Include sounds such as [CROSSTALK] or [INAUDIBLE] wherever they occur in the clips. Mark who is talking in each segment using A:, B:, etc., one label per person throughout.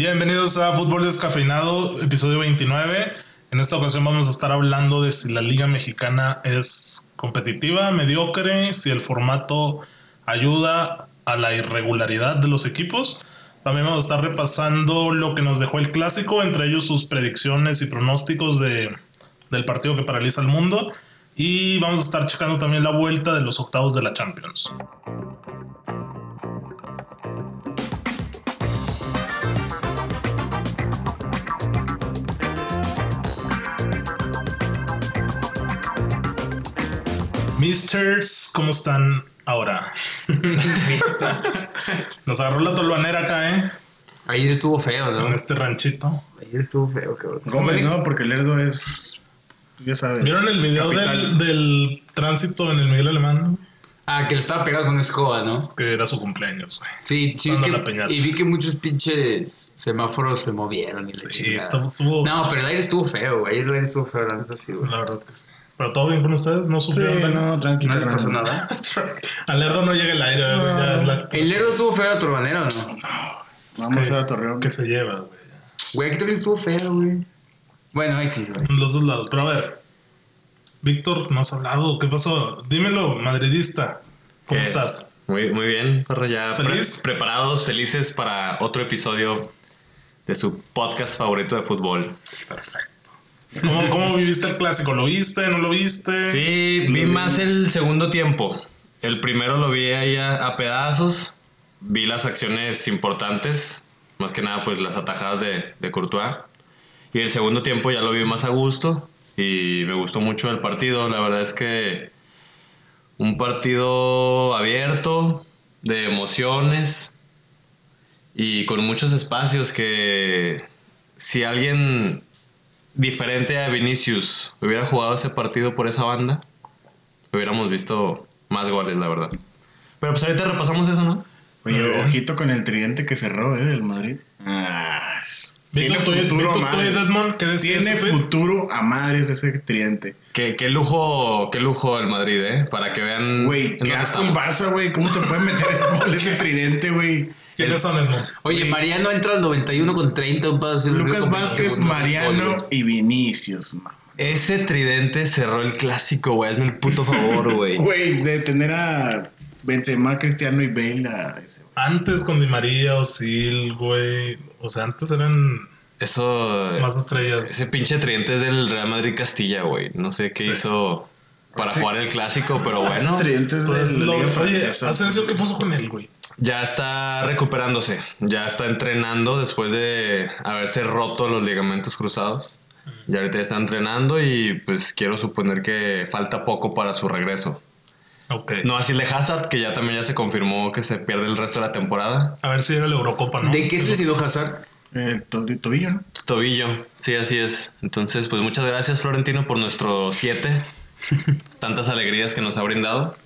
A: Bienvenidos a Fútbol Descafeinado, episodio 29. En esta ocasión vamos a estar hablando de si la Liga Mexicana es competitiva, mediocre, si el formato ayuda a la irregularidad de los equipos. También vamos a estar repasando lo que nos dejó el clásico, entre ellos sus predicciones y pronósticos de, del partido que paraliza el mundo. Y vamos a estar checando también la vuelta de los octavos de la Champions. Misters, ¿cómo están ahora? Nos agarró la tolvanera acá, ¿eh?
B: Ayer estuvo feo,
A: En
B: ¿no?
A: este ranchito.
B: Ayer estuvo feo, cabrón.
C: Gómez, ¿no? Porque Lerdo es. Ya sabes.
A: ¿Vieron el video del,
C: Pues, capital.
A: del tránsito en el Miguel Alemán?
B: Ah, que le estaba pegado con escoba, ¿no?
A: Es que era su cumpleaños, güey.
B: Sí, sí.
A: Dando
B: que-
A: la peñata.
B: y vi que muchos pinches semáforos se movieron y la
A: Sí,
B: chingada.
A: esto estuvo-
B: No, pero el aire estuvo feo, güey. Ayer el aire estuvo feo, la neta, sí, güey.
A: La verdad que sí. Pero todo bien con ustedes, no
C: Sí,
A: sufrieron
C: no,
A: daños? [LAUGHS]
C: tranquilo.
B: No les pasó nada.
A: Al Lerdo no llega el aire, güey.
C: No.
A: ya es la-
B: El negro estuvo feo a tu manera, ¿o no?
A: es
C: Vamos
A: que-
C: a Torreón.
A: que se lleva, güey.
B: Güey, aquí también estuvo feo, güey. Bueno, X, güey.
A: Los dos lados. Pero a ver, Víctor, no has hablado. ¿Qué pasó? Dímelo, madridista. ¿Cómo
D: Eh,
A: estás?
D: Muy, muy bien, perro, ya pre-
A: ¿Feliz?
D: preparados, felices para otro episodio de su podcast favorito de fútbol.
A: ¿Cómo, cómo viviste el clásico? ¿Lo viste? ¿No lo viste?
D: Sí, vi más el segundo tiempo. El primero lo vi ahí a, a pedazos, vi las acciones importantes, más que nada pues las atajadas de, de Courtois. Y el segundo tiempo ya lo vi más a gusto y me gustó mucho el partido. La verdad es que un partido abierto, de emociones y con muchos espacios que si alguien diferente a Vinicius hubiera jugado ese partido por esa banda, hubiéramos visto más goles, la verdad. Pero pues ahorita repasamos eso, ¿no?
C: Oye, ojito con el tridente que cerró, ¿eh? Del Madrid. Ah, s-
A: ¿Viste
C: tiene
A: tu tuit,
C: futuro a
A: Víctor, tu tuit,
C: madres.
A: Edmond? ¿Qué decías?
C: Tiene
A: Sí.
C: futuro a madres ese tridente.
D: Qué, qué lujo, qué lujo el Madrid, ¿eh? Para que vean...
C: Güey,
D: en
C: qué
D: dónde
C: asco el
D: estamos.
C: Barça, güey. ¿Cómo te pueden meter el gol ese tridente, güey?
A: ¿Quiénes son, Edmond?
B: Oye, Mariano entra al 91 con 30, un pedazo de-
C: Lucas
B: con
C: Vázquez,
B: 20 segundos.
C: Mariano y Vinicius, ma.
D: Ese tridente cerró el clásico, güey. Hazme el puto favor, güey.
C: Güey, de tener a Benzema, Cristiano y Bale a ese, güey.
A: Antes con Di María, Osil, güey. O sea, antes eran
D: Eso...
A: más estrellas.
D: Ese pinche tridente es del Real Madrid-Castilla, güey. No sé qué
A: Sí.
D: hizo para jugar el clásico, pero
C: Ese
D: bueno.
C: tridente es
A: Entonces,
C: de la
A: pues lo-
C: Liga
A: oye,
C: Francesa.
A: Asensio, ¿qué pasó con él, güey?
D: Ya está recuperándose, ya está entrenando después de haberse roto los ligamentos cruzados. Y ahorita ya está entrenando y pues quiero suponer que falta poco para su regreso.
A: Ok.
D: No así el de Hazard, que ya también ya se confirmó que se pierde el resto de la temporada.
A: A ver si llega la Eurocopa, ¿no?
B: ¿De qué se lesionó Hazard?
C: El to- tobillo, ¿no?
D: Tobillo, sí, así es. Entonces, pues muchas gracias Florentino por nuestro 7. Tantas alegrías que nos ha brindado.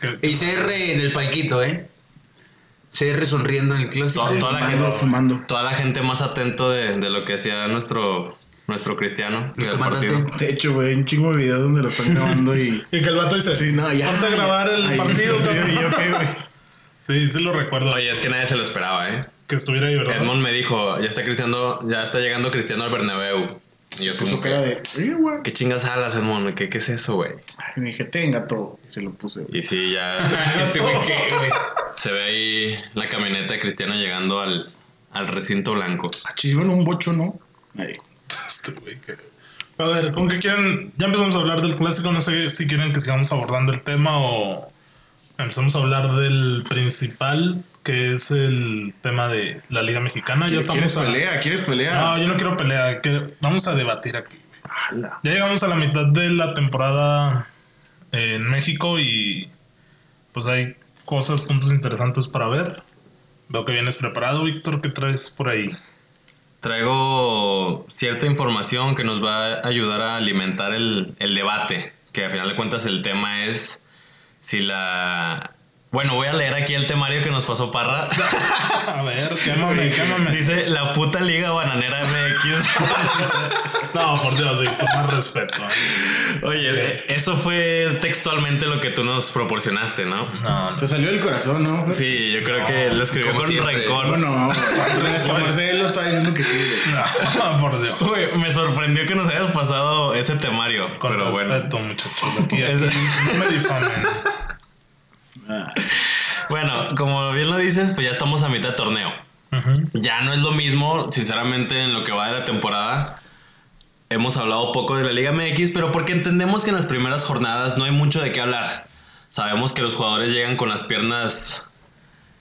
A: Que-
B: Y CR en el palquito, ¿eh? CR sonriendo en el clásico.
D: Toda, toda la
C: Fumando,
D: gente,
C: fumando.
D: toda la gente más atento de, de lo que hacía nuestro, nuestro cristiano
B: El
D: del
B: comandante.
D: partido.
C: De hecho, güey, un chingo de videos donde lo están grabando y.
A: Y que el vato dice,
C: Sí, no, ya.
A: ponte a grabar el
C: Ay,
A: partido,
C: yo-
A: cabrón.
C: yo qué, güey.
A: Sí, sí lo recuerdo.
D: Oye, es que nadie se lo esperaba, ¿eh?
A: Que estuviera ahí, ¿verdad? [LAUGHS]
D: Edmond me dijo, ya está Cristiano, ya está llegando Cristiano al Bernabéu. Y yo
C: Puso
D: como
C: cara
D: que,
C: de. "Eh, güey".
D: ¿qué chingas alas, Edmond? ¿Qué, qué es eso, güey?
C: Y me dije, tenga todo. Y se lo puse, güey.
D: Y sí,
C: [LAUGHS]
D: ya
B: Este güey, ¿qué, güey?
D: se ve ahí la camioneta de Cristiano llegando al, al recinto blanco.
C: Ah, chis, bueno, un bocho, ¿no? Ahí.
A: Este güey que- A ver, ¿con qué quieren? Ya empezamos a hablar del clásico, no sé si quieren que sigamos abordando el tema o empezamos a hablar del principal, que es el tema de la Liga Mexicana. Ya estamos
C: ¿Quieres
A: a- Ah,
C: pelea? ¿Quieres pelea?
A: No, yo no quiero pelear, que- vamos a debatir aquí.
C: Ala.
A: Ya llegamos a la mitad de la temporada eh, en México y pues hay cosas, puntos interesantes para ver. Veo que vienes preparado, Víctor, ¿qué traes por
C: [LAUGHS]
A: ahí?
D: Traigo cierta información que nos va a ayudar a alimentar el, el debate, que al final de cuentas el tema es si la Bueno, voy a leer aquí el temario que nos pasó Parra. [LAUGHS]
A: A ver, quémame, quémame.
D: Dice la puta liga bananera [LAUGHS] MX.
A: No, por Dios, Vic, con más respeto.
D: Oye, eso fue textualmente lo que tú nos proporcionaste, ¿no?
A: No, no.
C: Se salió del corazón, ¿no? Fer?
D: Sí, yo creo que lo escribió
B: como
D: con
B: siempre.
D: rencor.
C: ¿Cómo no? Hasta Marcelo está diciendo que sí. güey.
A: No, [LAUGHS] por Dios.
D: Güey, me sorprendió que nos hayas pasado ese temario.
A: pues- Con
D: pero bueno.
A: respeto, muchachos. Aquí, aquí
D: Es-
A: no me difamen.
C: Ah,
D: Bueno, como bien lo dices, pues ya estamos a mitad de torneo.
A: Ujú.
D: Ya no es lo mismo, sinceramente, en lo que va de la temporada. Hemos hablado poco de la Liga MX, pero porque entendemos que en las primeras jornadas no hay mucho de qué hablar. Sabemos que los jugadores llegan con las piernas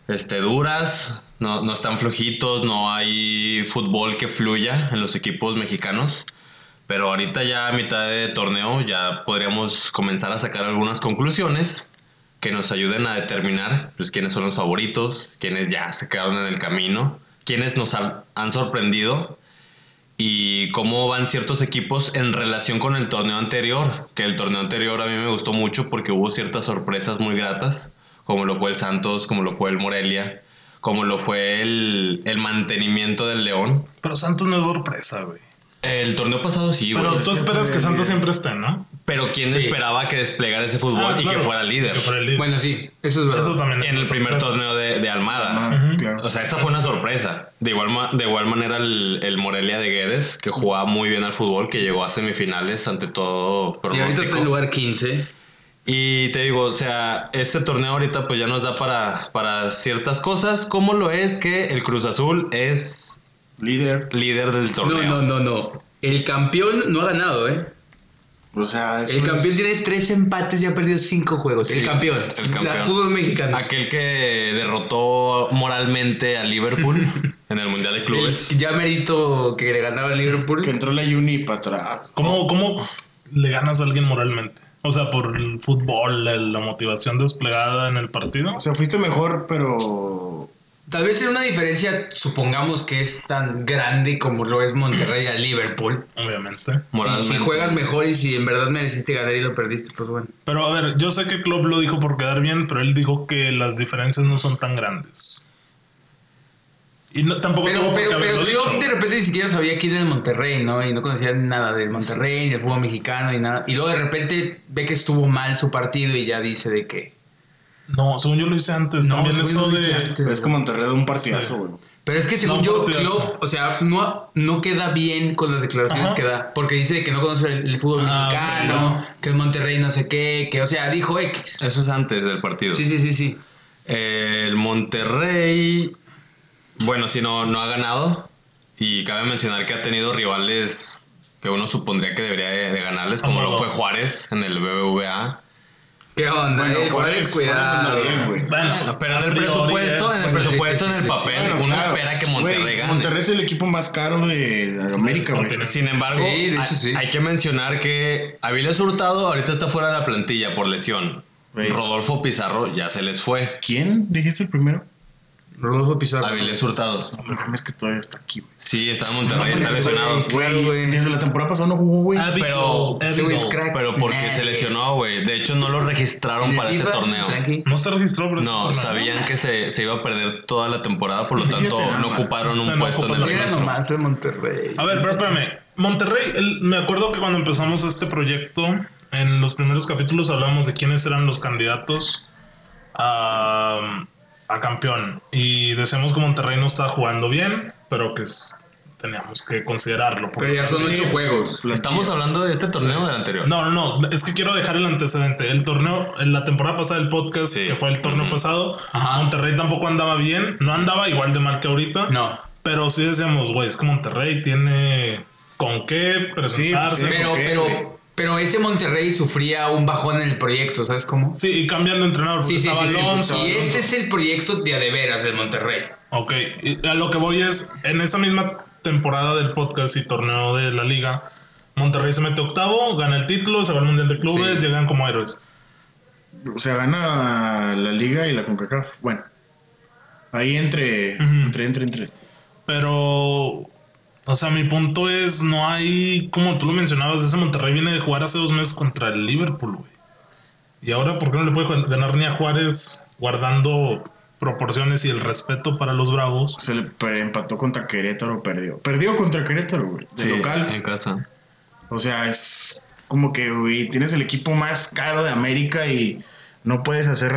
D: este, duras, no, no están flojitos, no hay fútbol que fluya en los equipos mexicanos. Pero ahorita ya a mitad de torneo ya podríamos comenzar a sacar algunas conclusiones que nos ayuden a determinar pues, quiénes son los favoritos, quiénes ya se quedaron en el camino, quiénes nos han, han sorprendido y cómo van ciertos equipos en relación con el torneo anterior, que el torneo anterior a mí me gustó mucho porque hubo ciertas sorpresas muy gratas, como lo fue el Santos, como lo fue el Morelia, como lo fue el, el mantenimiento del León.
A: Pero Santos no es sorpresa, güey.
D: El torneo pasado sí, güey.
A: Pero
D: Pero,
A: tú
C: es que
A: esperas
C: fue
A: que Santos
C: líder.
A: siempre esté, ¿no?
D: quién
B: Sí.
D: esperaba que desplegara ese fútbol
A: Ah,
D: y
A: claro.
D: que fuera líder
A: Que fuera líder.
B: Bueno, sí, eso es verdad.
A: Eso también
D: en el
A: es
D: primer
A: sorpresa.
D: torneo de, de Almada.
C: ah,
A: Ujú.
C: claro.
D: O sea, esa fue una sorpresa. De igual, ma- de igual manera, el, el Morelia de Guedes, que jugaba muy bien al fútbol, que llegó a semifinales ante todo
B: y ahorita está en
D: pronóstico.
B: lugar 15.
D: Y te digo, o sea, este torneo ahorita pues ya nos da para, para ciertas cosas, como lo es que el Cruz Azul es
C: Líder.
D: líder del torneo.
B: No, no, no, no. El campeón no ha ganado, ¿eh?
C: O sea, eso
B: El campeón
C: es-
B: tiene tres empates y ha perdido cinco juegos.
D: Sí,
B: el campeón.
D: el campeón.
B: La fútbol mexicano.
D: Aquel que derrotó moralmente
B: [LAUGHS]
D: a Liverpool en el Mundial de Clubes.
B: El- ya merito que le ganaba el Liverpool.
C: Que entró la Uni para atrás.
A: ¿Cómo, ¿Cómo le ganas a alguien moralmente? O sea, por el fútbol, la- la motivación desplegada en el partido.
C: O sea, fuiste mejor, pero.
B: Tal vez sea una diferencia, supongamos que es tan grande como lo es Monterrey a Liverpool.
A: Obviamente.
B: Si- Si,
D: Moralmente.
B: juegas mejor y si en verdad mereciste ganar y lo perdiste, pues bueno.
A: Pero a ver, yo sé que Klopp lo dijo por quedar bien, pero él dijo que las diferencias no son tan grandes. Y no, tampoco
B: Pero,
A: tuvo por qué
B: pero, pero
A: haberlo
B: Klopp
A: dicho.
B: de repente ni siquiera sabía quién era el Monterrey, ¿no? Y no conocía nada del Monterrey, ni del fútbol mexicano, ni nada. Y luego de repente ve que estuvo mal su partido y ya dice de que...
A: No, según yo lo hice antes.
B: No,
A: Pues También
B: según
A: eso
B: yo lo hice
A: de.
B: antes.
C: Es como Monterrey de un partidazo,
A: Sí.
C: güey.
B: Pero es que según
A: No,
B: yo,
A: partidazo.
B: Klopp, o sea, no, no queda bien con las declaraciones
A: Ajá.
B: que da. Porque dice que no conoce el, el fútbol
A: Ah,
B: mexicano, que el Monterrey no sé qué, que, o sea, dijo X.
D: Eso es antes del partido.
B: Sí, sí, sí, sí.
D: El Monterrey, bueno, si no, no ha ganado. Y cabe mencionar que ha tenido rivales que uno supondría que debería de, de ganarles, como
A: Ajá.
D: lo fue Juárez en el BBVA.
B: ¿Qué onda?
C: Bueno,
D: pues,
B: eh? Juárez,
C: Juárez- Juárez anda
B: cuidado.
C: bien, güey.
A: Bueno,
D: Pero
A: a
D: en el
A: priori
D: presupuesto, en
A: es-
D: el
B: Bueno, sí,
D: presupuesto,
B: sí,
D: en
B: sí,
D: el
B: sí.
D: papel,
C: Bueno,
D: uno
C: claro.
D: espera que Monterrey
C: Güey,
D: gane.
C: Monterrey es el equipo más caro de América, güey.
A: Monterrey.
D: Sin embargo,
B: Sí, de hecho,
D: hay,
B: sí.
D: hay que mencionar que Aviles Hurtado ahorita está fuera de la plantilla por lesión.
C: Güey.
D: Rodolfo Pizarro ya se les fue.
C: ¿Quién dijiste el primero?
B: Rodolfo Pizarro.
D: Aviles Hurtado.
C: No mames, que todavía está aquí, güey.
D: Sí, está en Monterrey,
B: No,
D: está
B: güey.
D: lesionado.
B: Claro, güey.
C: Desde la temporada pasada no jugó, güey.
A: Hábito,
D: pero-
B: Ese güey es
A: hábito.
B: crack.
D: Pero porque se
B: Nadie.
D: lesionó, güey. De hecho, no lo registraron para este
B: FIFA,
D: torneo.
B: tranqui.
A: No se registró, pero se
D: No,
A: torneo.
D: sabían que se, se iba a perder toda la temporada, por lo
C: Fíjate
D: tanto
C: nada
D: no
C: más.
D: ocuparon
A: O sea,
D: un
A: no
D: puesto en el
A: ocupan
B: Pues Mira
D: registro.
B: nomás el Monterrey.
A: A ver, pero espérame. Monterrey, el- me acuerdo que cuando empezamos este proyecto, en los primeros capítulos hablamos de quiénes eran los candidatos a, a campeón. Y decíamos que Monterrey no estaba jugando bien, pero que s- teníamos que considerarlo. porque-
B: Pero ya son ocho juegos.
D: Estamos hablando de este torneo o del anterior.
A: No, no, no. Es que quiero dejar el antecedente. El torneo, en la temporada pasada del podcast,
D: Sí.
A: que fue el torneo
D: Ujú.
A: pasado,
B: Ajá.
A: Monterrey tampoco andaba bien. No andaba igual de mal que ahorita.
B: No.
A: Pero sí decíamos, güey, es que Monterrey tiene con qué presentarse.
C: Sí,
B: Pero,
C: ¿por qué, güey?
B: pero, pero ese Monterrey sufría un bajón en el proyecto, ¿sabes cómo?
A: Sí, y cambian de entrenador. Porque
B: Sí, sí,
A: estaba
B: sí, sí.
A: Alonso.
B: Y este es el proyecto de a de veras del Monterrey.
A: Ok, y a lo que voy es, en esa misma temporada del podcast y torneo de la liga, Monterrey se mete octavo, gana el título, se va al Mundial de Clubes,
B: Sí.
A: llegan como héroes.
C: O sea, gana la Liga y la CONCACAF. Bueno. Ahí entre,
A: Ujú.
C: entre, entre, entre.
A: Pero, o sea, mi punto es, no hay, como tú lo mencionabas, ese Monterrey viene de jugar hace dos meses contra el Liverpool, güey. Y ahora, ¿por qué no le puede ganar ni a Juárez guardando proporciones y el respeto para los Bravos?
C: Se le pe- empató contra Querétaro, perdió. Perdió contra Querétaro, güey. De
D: Sí,
C: local.
D: En casa.
C: O sea, es como que, güey, tienes el equipo más caro de América y no puedes hacer.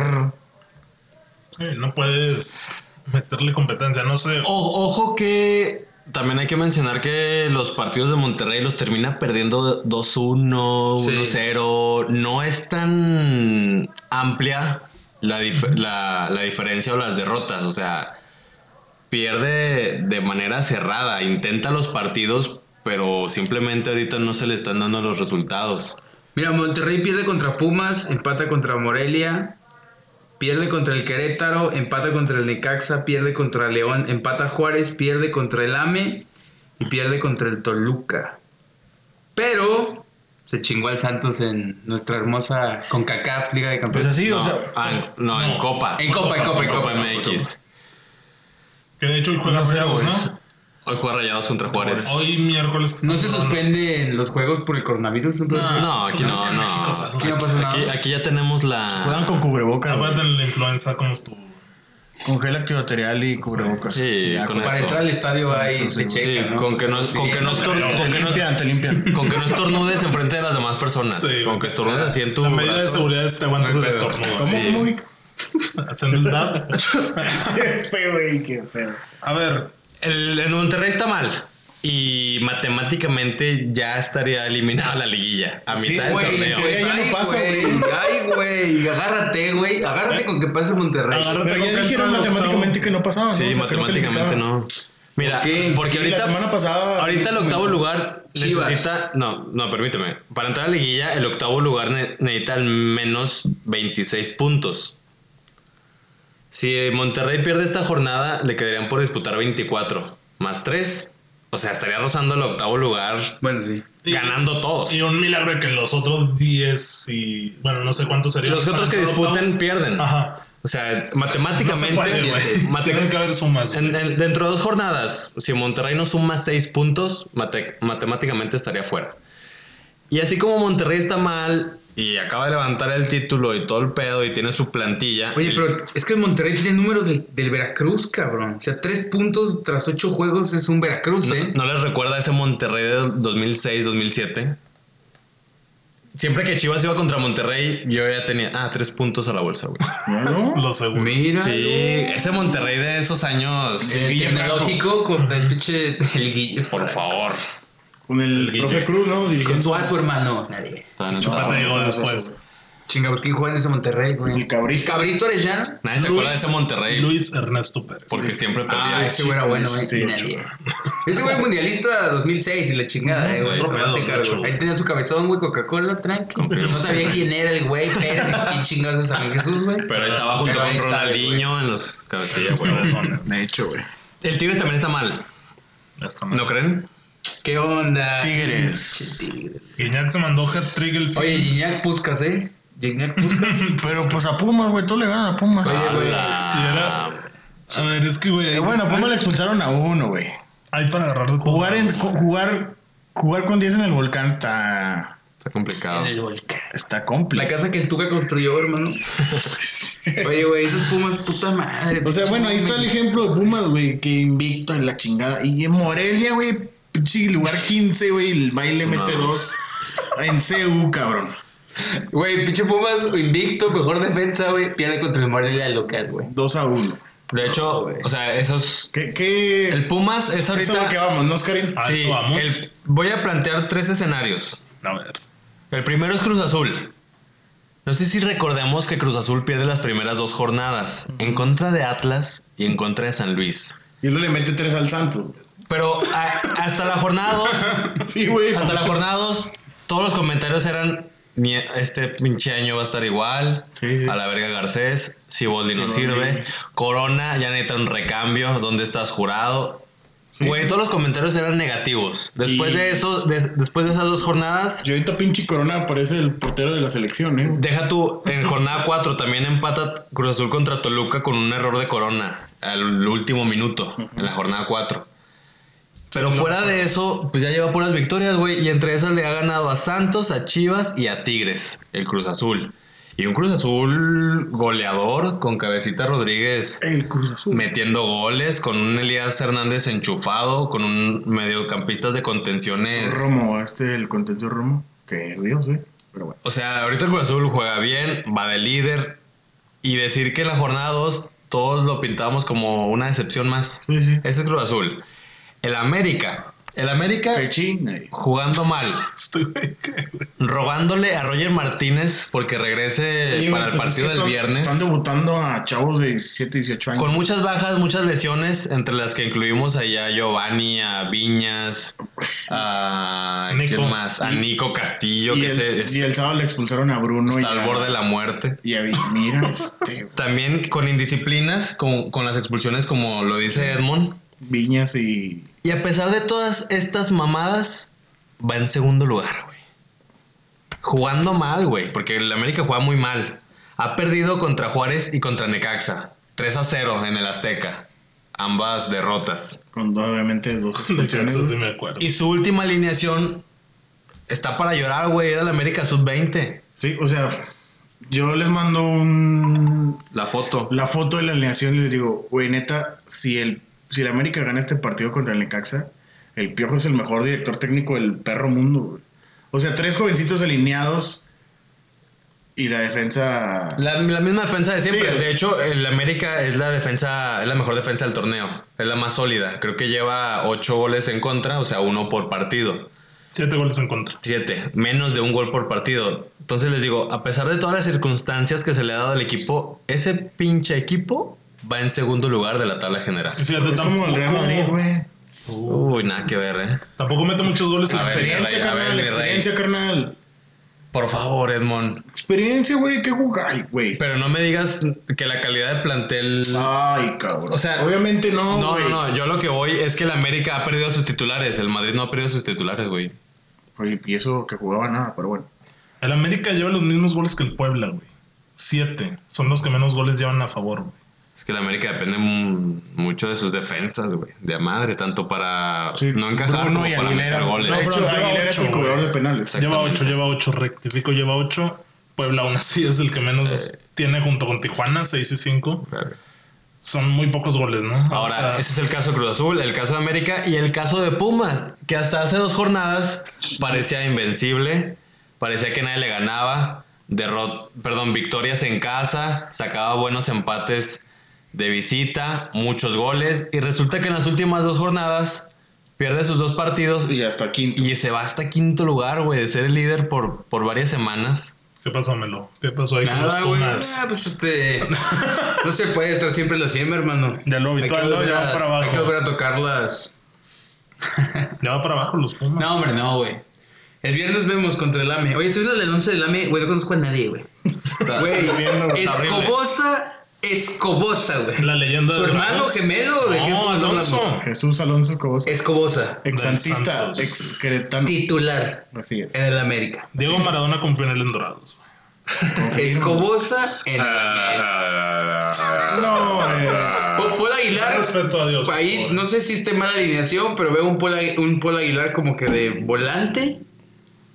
A: Sí, no puedes meterle competencia, no sé.
D: O- ojo que también hay que mencionar que los partidos de Monterrey los termina perdiendo 2-1,
B: Sí.
D: 1-0. No es tan amplia la, dif- la- la diferencia o las derrotas. O sea, pierde de manera cerrada, intenta los partidos, pero simplemente ahorita no se le están dando los resultados.
B: Mira, Monterrey pierde contra Pumas, empata contra Morelia, pierde contra el Querétaro, empata contra el Necaxa, pierde contra León, empata Juárez, pierde contra el AME y pierde contra el Toluca. Pero se chingó al Santos en nuestra hermosa CONCACAF Liga de
A: Pues
B: Campeones.
A: así,
D: no,
A: o sea.
D: ah, en- no, en
A: no.
D: Copa.
B: En Copa, en Copa, en
D: En
B: Copa.
D: Pues, Copa MX.
A: Que de hecho hoy juegan
C: No sé,
A: Rayados,
C: güey.
A: ¿no?
D: Hoy juega Rayados contra Juárez.
A: Hoy miércoles. que
B: No se
A: estamos grabando.
B: suspenden los juegos por el coronavirus, entonces.
A: Ah,
D: No, aquí
A: ¿tú
D: no,
A: crees que en
D: no.
A: México se hace?
B: Aquí no pasa
D: Aquí,
B: nada.
D: aquí ya tenemos la.
C: Juegan con cubrebocas. güey.
A: Aguantan Ah, la influenza como estuvo.
C: Con gel antibacterial y cubrebocas.
D: Sí,
C: Ya,
D: con
B: Para
D: eso.
B: entrar al estadio hay
C: Eso,
B: te
C: sí,
B: checan,
D: sí,
B: ¿no?
D: con que no- con que no
B: Sí,
D: estornude.
C: Te
D: Con que no-
C: limpian, te limpian.
D: Con que no estornudes enfrente de las demás personas.
A: Sí.
D: Con que estornudes así en tu.
A: La medida de
D: brazo.
A: seguridad es te aguantas
B: No hay
A: el
B: pedo.
A: estornudo.
C: ¿Cómo,
D: Sí.
C: cómo, Vic?
A: Haciendo el
C: [LAUGHS]
A: dab.
C: Este güey, qué pedo.
A: A ver,
D: El, el Monterrey está mal. Y matemáticamente ya estaría eliminada la liguilla. A
C: Sí,
D: mitad
B: Güey,
D: del torneo.
C: pues,
B: ay,
C: ya no pasa,
B: güey.
C: güey.
B: Ay, güey. Agárrate, güey. Agárrate con que pase el Monterrey.
A: Agárrate.
C: Pero ya dijeron matemáticamente que no pasaban.
D: sí, matemáticamente no. Mira,
B: ¿Por qué?
D: porque
C: Porque
D: ahorita.
C: la semana pasada.
D: Ahorita el octavo lugar
B: Chivas.
D: necesita. No, no, permíteme. Para entrar a la liguilla, el octavo lugar ne- necesita al menos 26 puntos. Si Monterrey pierde esta jornada, le quedarían por disputar 24 más 3. O sea, estaría rozando el octavo lugar,
B: Bueno, sí.
A: Y-
D: ganando todos.
A: Y un milagro de que los otros 10 y. Bueno, no sé cuántos serían.
D: Los otros que disputen pierden.
A: Ajá.
D: O sea,
A: No se
D: matemáticamente.
A: puede, güey.
D: mate-
A: Tienen que haber sumas. güey.
D: en- en- dentro de dos jornadas, si Monterrey no suma seis puntos, mate- matemáticamente estaría fuera. Y así como Monterrey está mal y acaba de levantar el título y todo el pedo y tiene su plantilla.
B: Oye,
D: el-
B: pero es que el Monterrey tiene números del, del Veracruz, cabrón. O sea, tres puntos tras ocho juegos es un Veracruz,
D: ¿no,
B: ¿eh?
D: no les recuerda ese Monterrey de 2006-2007? Siempre que Chivas iba contra Monterrey, yo ya tenía. Ah, tres puntos a la bolsa,
B: [LAUGHS]
D: güey.
C: ¿No?
A: Los segundos.
B: Mira.
D: Sí, ese Monterrey de esos años.
B: El
C: Guille Franco.
B: tecnológico con el pinche. El Guille.
D: Por favor.
C: Con el,
D: Guille.
C: profe Cruz, ¿no?
B: Con
C: Dirigiendo.
B: Suazo, hermano. Nadie.
D: Todavía no
A: Chupate,
D: estaba.
A: llegó
C: no,
A: después.
B: Chinga, pues quién juega en ese Monterrey, güey.
C: El cabrito.
B: Cabrito Arellano.
D: Nadie se acuerda de ese Monterrey.
A: Luis Ernesto Pérez.
D: porque siempre perdía.
B: Ah, ese güey era bueno, güey.
C: Sí,
B: Nadie. Ese güey mundialista 2006 y la chingada, eh, güey.
A: otro
B: Nomás
A: pedo,
B: te cargo.
A: mucho.
B: Ahí tenía su cabezón, güey, Coca-Cola, tranqui.
D: Confirmo.
B: No sabía quién era el güey, Pérez, y quién chingados de San Jesús, güey.
D: Pero ahí estaba junto
B: Pero ahí
D: con
B: está,
D: Ronaldinho en los
A: Los
B: [LAUGHS]
D: cabecillas, güey.
A: [LAUGHS] cabezones.
C: De hecho, güey.
D: El Tigres también está mal,
A: Ya está mal.
D: ¿no creen?
B: ¿Qué onda?
C: Tigres.
A: Guiñac se mandó hat trick el fin.
B: Oye, Gignac Puscas, ¿eh? Gignac Puscas.
C: Pero pues a Pumas, güey. Tú le ganas a Pumas.
B: Oye, güey.
A: Y era- A ver, es que, güey.
C: Eh, bueno, a Pumas le
A: hay,
C: expulsaron a uno, güey.
A: hay para agarrar de todo.
C: Jugar, en, co- jugar, jugar con 10 en el volcán está,
D: Está complicado.
B: En el volcán.
C: está
B: La
C: complicado.
B: casa que el Tuca construyó, hermano. Oye, güey, esas pumas, puta madre.
C: O sea,
B: pinche
C: bueno, ahí
B: mami.
C: está el ejemplo de Pumas, güey, que invicto en la chingada. Y en Morelia, güey, pinche lugar 15, güey, el baile
D: No.
C: mete dos en CU, cabrón.
B: Güey, pinche Pumas invicto, mejor defensa, güey. Pierde contra el Morelia local, güey.
C: 2 a 1.
D: De hecho, o sea, esos.
C: ¿Qué? qué
D: El Pumas es ahorita.
C: Eso es lo que vamos, ¿no, Oscarín?
A: Ah,
D: Sí,
A: eso vamos.
D: el- voy a plantear tres escenarios.
A: A ver.
D: El primero es Cruz Azul. No sé si recordemos que Cruz Azul pierde las primeras dos jornadas, en contra de Atlas y en contra de San Luis.
C: Y luego le mete 3 al Santos. [LAUGHS]
D: Pero a- hasta la jornada 2
C: Sí, güey.
D: Hasta la jornada 2, todos los comentarios eran: "Ni- Este pinche año va a estar igual.
C: Sí, sí.
D: A la verga Garcés. Siboldi no
C: Siboldi.
D: sirve. Corona, ya necesita un recambio. ¿Dónde estás jurado? Güey, todos los comentarios eran negativos. Después
C: Y-
D: de eso, des- después de esas dos jornadas,
C: Y ahorita pinche Corona parece el portero de la selección, ¿eh?
D: deja tú. En jornada 4 también empata Cruz Azul contra Toluca con un error de Corona al último minuto, en la jornada 4. Pero fuera de eso, pues ya lleva puras victorias, güey. Y entre esas le ha ganado a Santos, a Chivas y a Tigres, el Cruz Azul. Y un Cruz Azul goleador con Cabecita Rodríguez
C: El Cruz Azul.
D: metiendo goles, con un Elías Hernández enchufado, con un mediocampistas de contenciones.
C: Romo, este, el contento Romo. Que es Dios, güey. Pero bueno.
D: O sea, ahorita el Cruz Azul juega bien, va de líder. Y decir que la jornada 2 todos lo pintamos como una decepción más.
C: Sí, sí.
D: Ese es Cruz Azul. El América. El América
C: Que china. güey.
D: jugando mal,
A: Estoy güey, que-
D: rogándole a Roger Martínez porque regrese
C: Sí, güey,
D: Eh, para el
C: pues es
D: partido
C: que
D: del
C: están-
D: viernes.
C: Están debutando a chavos de 17, 18 años.
D: Con muchas bajas, muchas lesiones, entre las que incluimos allá a Giovanni, a Viñas, a
A: Nico.
D: ¿quién más? A Nico Castillo,
C: y,
D: que
C: el,
D: se- es-
C: y el sábado le expulsaron a Bruno. y
D: está
C: a-
D: al borde de la muerte.
C: Y a Mira, este.
D: También con indisciplinas, con, con las expulsiones, como lo dice Edmond.
C: Viñas y.
D: Y a pesar de todas estas mamadas, va en segundo lugar, güey. Jugando mal, güey, porque el América juega muy mal. Ha perdido contra Juárez y contra Necaxa. 3 a 0 en el Azteca. Ambas derrotas.
C: Con obviamente dos
A: de Kansas, sí
C: expulsiones.
A: me acuerdo.
D: Y su última alineación está para llorar, güey. Era la América Sub-20.
C: Sí, o sea, yo les mando un
D: La foto.
C: la foto de la alineación y les digo, güey, neta, si el, si el América gana este partido contra el Necaxa, el Piojo es el mejor director técnico del perro mundo, güey. O sea, tres jovencitos alineados y la defensa...
D: La, la misma defensa de siempre.
C: Sí.
D: De hecho, el América es la defensa, es la mejor defensa del torneo. Es la más sólida. Creo que lleva ocho goles en contra, o sea, uno por partido.
A: Siete goles en contra.
D: Siete, menos de un gol por partido. Entonces les digo, a pesar de todas las circunstancias que se le ha dado al equipo, ese pinche equipo va en segundo lugar de la tabla general.
A: Fíjate,
C: es como el Real Madrid, güey. Uh.
D: Uy, nada que ver, eh.
A: Tampoco mete muchos goles
D: A ver,
C: Experiencia,
D: mi rey, a ver,
C: carnal,
D: mi rey.
C: experiencia, carnal.
D: Por favor, Edmond.
C: Experiencia, güey, qué jugar, güey.
D: Pero no me digas que la calidad de plantel.
C: Ay, cabrón.
D: O sea,
C: obviamente no,
D: No,
C: güey.
D: no, no. Yo lo que voy es que el América ha perdido sus titulares. El Madrid no ha perdido sus titulares, güey.
C: Güey, Y eso que jugaba nada, pero bueno.
A: El América lleva los mismos goles que el Puebla, güey. Siete. Son los que menos goles llevan a favor, güey.
D: Es que el América depende mu- mucho de sus defensas, güey. De a madre, tanto para
C: Sí,
D: no encajar
C: Bruno
D: como
C: y
D: para
C: Aguilera.
D: meter goles.
C: De
A: No,
C: hecho,
A: pero lleva
C: Aguilera es
A: ocho,
C: el cobrador
A: güey.
C: de penales.
D: Exacto.
A: Lleva
D: Exactamente.
A: ocho, lleva ocho. Rectifico, lleva ocho. Puebla aún así es el que
B: Eh.
A: menos tiene junto con Tijuana, seis y cinco. Son muy pocos goles, ¿no?
D: Ahora,
A: Hasta-
D: ese es el caso de Cruz Azul, el caso de América y el caso de Pumas, que hasta hace dos jornadas parecía invencible, parecía que nadie le ganaba, derrot perdón, victorias en casa, sacaba buenos empates de visita, muchos goles, y resulta que en las últimas dos jornadas pierde sus dos partidos
C: Y hasta quinto.
D: y se va hasta quinto lugar, güey, de ser el líder por, por varias semanas.
A: ¿Qué pasó, Melo? ¿Qué pasó ahí con los
B: Nada, güey.
A: Pumas?
B: Ah, pues este. No se puede estar siempre en la siembra, hermano.
A: Ya lo habitual,
B: Hay que
A: ¿no?
B: volver
A: Ya
B: a-
A: va para abajo.
B: Hay que volver a tocarlas. pues.
A: Ya va para abajo los Pumas.
B: No, hombre, no, güey. El viernes vemos contra el AME. Oye, estoy viendo el anuncio del AME, güey, no conozco a nadie, güey.
D: Está-
B: Güey,
A: viendo, está
B: Escobosa, Escobosa, güey.
A: La leyenda
B: Su
A: de
B: hermano
A: Veracruz.
B: gemelo, ¿de qué
A: No,
B: estamos
A: Alonso.
B: hablando?
C: Jesús Alonso Escobosa.
B: Escobosa,
C: Exaltista,
A: Del Santos.
C: excretano.
B: titular
C: Así es.
B: en el E. América.
A: Diego Maradona confió en él en Dorados. güey.
B: Escobosa
D: Ah,
B: en el E. América.
C: No,
A: Ah,
C: eh.
B: Po- Paul Aguilar,
A: Respeto a Dios. por
B: Pues ahí
A: favor.
B: no sé si esté mala alineación, pero veo un Paul, Agui- un Paul Aguilar como que de volante.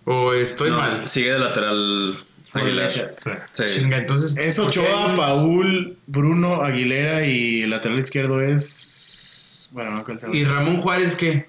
B: O estoy mal.
D: este,
E: Sigue de lateral Aguilar.
A: Sí.
E: Sí.
B: Chinga, entonces.
C: Es
B: ¿por qué,
C: Ochoa,
B: güey?
C: Paul, Bruno, Aguilera y el lateral izquierdo es. Bueno, no calzaba.
B: ¿Y Ramón Juárez qué?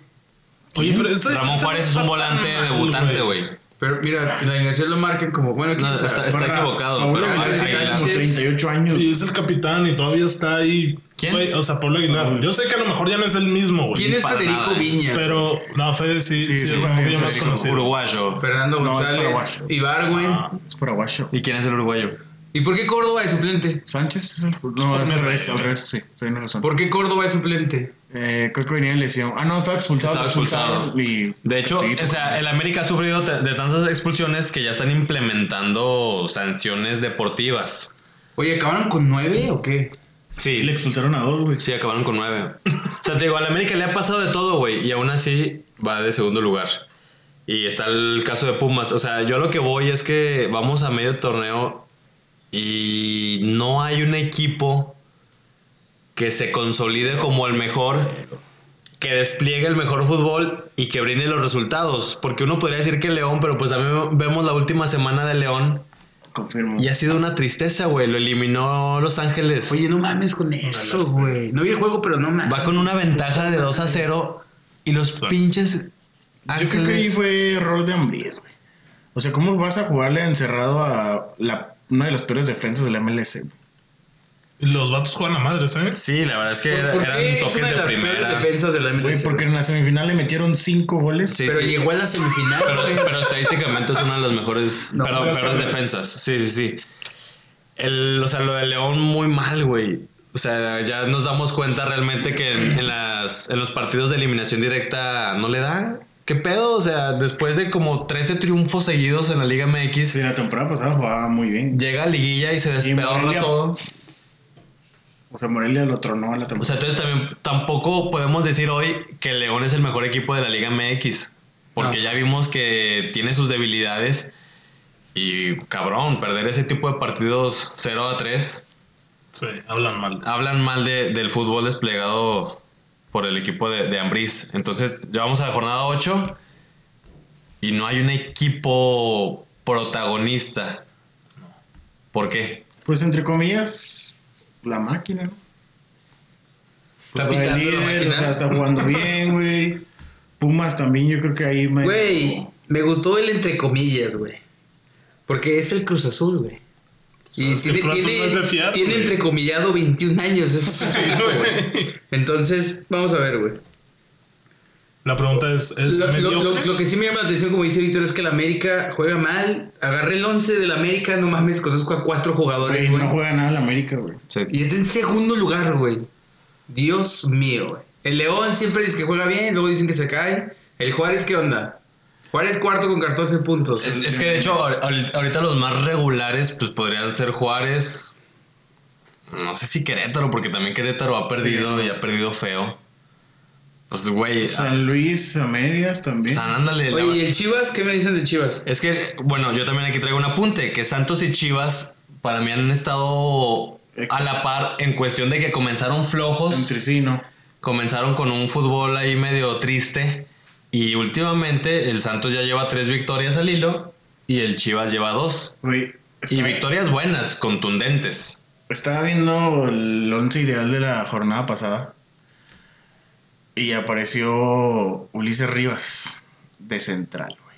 A: Oye, pero ese-
D: Ramón
A: ese
D: Juárez
A: no
D: es un
A: está
D: volante
A: tan mal,
D: debutante, güey.
B: Pero mira, la alineación lo marcan como. Bueno, aquí
D: No,
B: está,
D: está- está
C: Barra-
D: equivocado,
C: Paul
D: pero
C: Aguilar
D: Aguilar-
C: tiene como
B: Sánchez.
C: 38 años.
A: Y es el capitán y todavía está ahí.
D: ¿Quién?
A: Güey, o sea, Pablo Aguilar. Yo sé que a lo mejor ya no es el mismo, güey.
B: ¿Quién es
D: para
B: Federico
D: nada, eh.
B: Viña?
A: Pero, no, Fede sí, sí,
C: Sí, sí,
A: es
C: güey,
A: un poquillo más
C: Federico.
A: conocido.
D: Uruguayo.
B: Fernando
C: No, es
B: González,
C: paraguayo.
B: Ibargüen.
A: Ah.
C: Es paraguayo.
D: ¿Y quién es el uruguayo?
B: ¿Y por qué Córdoba es suplente?
C: Sánchez es el. Pues No, es al revés, al revés, sí. Tienes razón.
B: ¿Por qué Córdoba es suplente?
C: Eh, creo que venía de lesión. Ah, no, estaba expulsado.
D: Estaba expulsado.
C: Y
D: De hecho,
C: Sí,
D: o sea, el América ha sufrido t- de tantas expulsiones que ya están implementando sanciones deportivas.
B: Oye, ¿acabaron con nueve o qué?
D: Sí,
C: le expulsaron a dos, güey.
D: sí, acabaron con nueve. O sea, te digo, al América le ha pasado de todo, güey, y aún así va de segundo lugar. Y está el caso de Pumas. O sea, yo a lo que voy es que vamos a medio torneo y no hay un equipo que se consolide como el mejor, que despliegue el mejor fútbol y que brinde los resultados. Porque uno podría decir que León, pero pues también vemos la última semana de León
C: Confirmo.
D: Y ha sido una tristeza, güey. Lo eliminó Los Ángeles.
B: Oye, no mames con eso, güey. No vi el juego, pero no mames.
D: Va con una ventaja de 2 a 0 y los pinches
C: Yo creo que ahí
D: Ángeles
C: fue error de Ambríes, güey. O sea, ¿cómo vas a jugarle encerrado a la, una de las peores defensas de la MLS? güey?
A: Los vatos juegan a madres, ¿eh?
D: Sí, la verdad es que
B: ¿Por,
D: era-
B: por
D: eran
B: qué es
D: toques
B: una de
D: de
B: las peores
D: primera.
B: defensas de la MLS?
C: Güey, porque en la semifinal le metieron cinco goles.
D: Sí,
B: Pero
D: sí.
B: llegó a la semifinal,
D: Pero,
B: güey.
D: pero estadísticamente es una de las mejores,
B: No,
D: pero-
B: no,
D: peores defensas. Sí, sí, sí. El- o sea, lo de León muy mal, güey. O sea, ya nos damos cuenta realmente que en, en las, en los partidos de eliminación directa no le da. ¿Qué pedo? O sea, después de como 13 triunfos seguidos en la Liga MX,
C: Sí, la temporada pasada jugaba muy bien.
D: llega a Liguilla y se despedorra
C: Morelia.
D: todo.
C: O sea, Morelia lo tronó a la
D: O sea,
C: temporada.
D: entonces también tampoco podemos decir hoy que León es el mejor equipo de la Liga MX, porque
B: No.
D: ya vimos que tiene sus debilidades y cabrón, perder ese tipo de partidos 0 a 3
A: Sí, hablan mal.
D: hablan mal de- del fútbol desplegado por el equipo de, de Ambriz. Entonces, ya vamos a la jornada 8 y no hay un equipo protagonista. ¿Por qué?
C: Pues entre comillas, la máquina, ¿no?
B: Está
C: Juega
B: picando la
C: líder,
B: máquina.
C: O sea, está jugando bien, güey. Pumas también, yo creo que ahí me.
B: Güey, me gustó el entre comillas, güey. Porque es el Cruz Azul, güey. Y
A: Sabes que
B: tiene,
A: el Cruz Azul
B: tiene,
A: no es de fiar,
B: tiene
A: güey.
B: entrecomillado 21 años. ese
A: [LAUGHS] Sí,
B: chico, güey.
A: güey.
B: Entonces, vamos a ver, güey.
A: La pregunta es, ¿es
B: Lo, lo- lo-
A: mediocre?
B: lo que sí me llama la atención, como dice Víctor, es que el América juega mal. Agarré el 11 del América, no mames, conozco a cuatro
C: Güey,
B: jugadores, güey.
C: no juega nada la América, güey.
B: Y está en segundo lugar, güey. Dios mío, güey. El León siempre dice que juega bien, luego dicen que se cae. El Juárez, ¿qué onda? Juárez cuarto con 14 puntos.
D: Es, es que de hecho ahor- ahorita ahorita los más regulares pues podrían ser Juárez. No sé si Querétaro, porque también Querétaro ha perdido y ha perdido feo. Pues güey,
B: ah.
C: San Luis a medias también.
D: San ándale. la-
B: Oye, ¿y el Chivas? ¿Qué me dicen del Chivas?
D: Es que, bueno, yo también aquí traigo un apunte, que Santos y Chivas para mí han estado a la par en cuestión de que comenzaron flojos.
C: Entre sí, ¿no?
D: comenzaron con un fútbol ahí medio triste y últimamente el Santos ya lleva tres victorias al hilo y el Chivas lleva dos.
C: Güey,
D: Y
C: está-
D: victorias buenas, contundentes.
C: Estaba viendo el once ideal de la jornada pasada. Y apareció Ulises Rivas. De central, güey.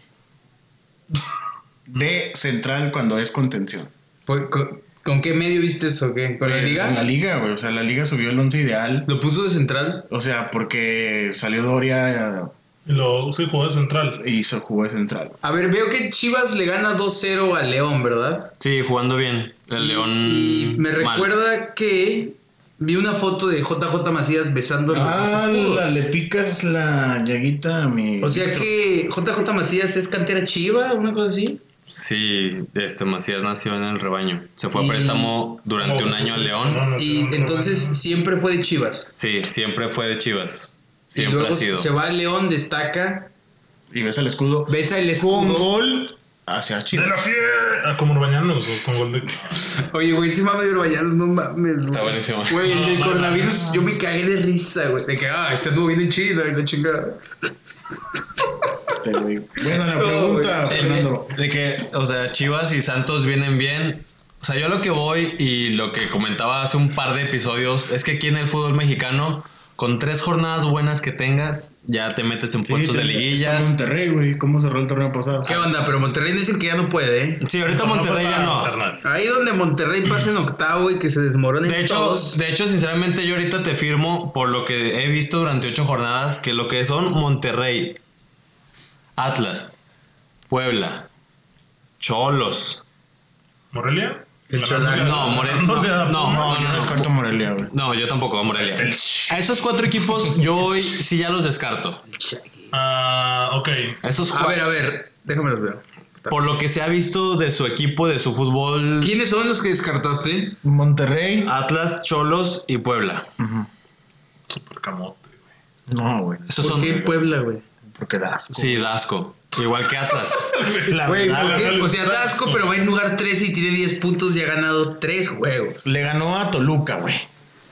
C: De central cuando es contención.
B: ¿Por- con, con qué medio viste eso? ¿Qué? ¿Con
D: Eh,
B: la
C: En
B: liga?
C: la liga, güey. O sea, la liga subió el once ideal.
B: ¿Lo puso de central?
C: O sea, porque salió Doria
A: Y Lo, sí, jugó de central.
C: y se jugó de central.
B: A ver, veo que Chivas le gana 2-0 al León, ¿verdad?
D: Sí, jugando bien. El León.
B: Y me
D: mal.
B: recuerda que vi una foto de JJ Macías besando los
D: Ah,
B: dos Pues, escudos.
C: Ah, picas la llaguita a mi.
B: O sea que JJ Macías es cantera chiva, una cosa así.
D: Sí, este Macías nació en el rebaño. Se fue a
B: Y-
D: préstamo durante un año al León.
B: Y entonces siempre fue de Chivas.
D: Sí, siempre fue de Chivas.
B: y
D: Siempre
B: luego
D: ha sido.
B: se va al León, destaca,
C: Y ves el escudo.
B: besa el
C: Con
B: escudo.
C: gol hacia
A: ¡De
C: Chivas.
A: la fiera! Ah, como Urbañanos, o con gol de...
B: Oye, güey, si mame de Urbañanos, no mames. güey.
D: Está buenísimo.
B: Güey, el del
A: No,
B: coronavirus, yo me cagué de risa, güey. De que, ah, este estuvo bien en China y la chingada.
C: Este, güey. bueno,
B: [LAUGHS]
C: la
B: No,
C: pregunta,
B: güey.
C: Fernando.
D: De que, o sea, Chivas y Santos vienen bien. O sea, yo lo que voy y lo que comentaba hace un par de episodios es que aquí en el fútbol mexicano, con tres jornadas buenas que tengas, ya te metes en puestos
C: Sí, está-
D: de
C: está
D: liguillas.
C: Monterrey, güey. ¿Cómo cerró el torneo pasado?
B: ¿Qué onda? Pero Monterrey dicen que ya no puede, ¿eh?
D: Sí, ahorita Monterrey ya no.
A: Carnal.
B: Ahí donde Monterrey pasa en octavo y que se desmoronen
D: De hecho,
B: todos.
D: de hecho, sinceramente, yo ahorita te firmo por lo que he visto durante ocho jornadas, que lo que son Monterrey, Atlas, Puebla, Cholos.
A: ¿Morelia?
B: El
A: La
B: Cholán.
A: verdad,
D: No, Morelia.
A: le da
D: No, no,
A: Pumas.
D: no,
C: Yo
D: no.
C: descarto a Morelia, güey.
D: No, yo tampoco, a Morelia.
B: Este
D: A esos cuatro equipos yo hoy sí ya los descarto.
A: Ah, ok.
D: A Esos
B: A
D: cua-
B: ver, a ver, déjame los ver.
D: por lo que se ha visto de su equipo, de su fútbol,
B: ¿Quiénes son los que descartaste?
C: Monterrey.
D: Atlas, Cholos y Puebla.
C: Ujú.
A: Super camote, güey.
C: No, güey.
D: Esos
B: ¿Por
D: son
B: qué Puebla, güey?
C: Porque da asco.
D: Sí, Dasco, igual
B: [LAUGHS]
D: que Atlas. Ah,
C: La
B: Güey,
C: verdad,
B: ¿por qué?
A: la-
B: Pues
A: la-
B: o sea,
A: la-
B: Dasco, pero va en lugar 13 y tiene 10 puntos y ha ganado 3 juegos.
C: Le ganó a Toluca, güey.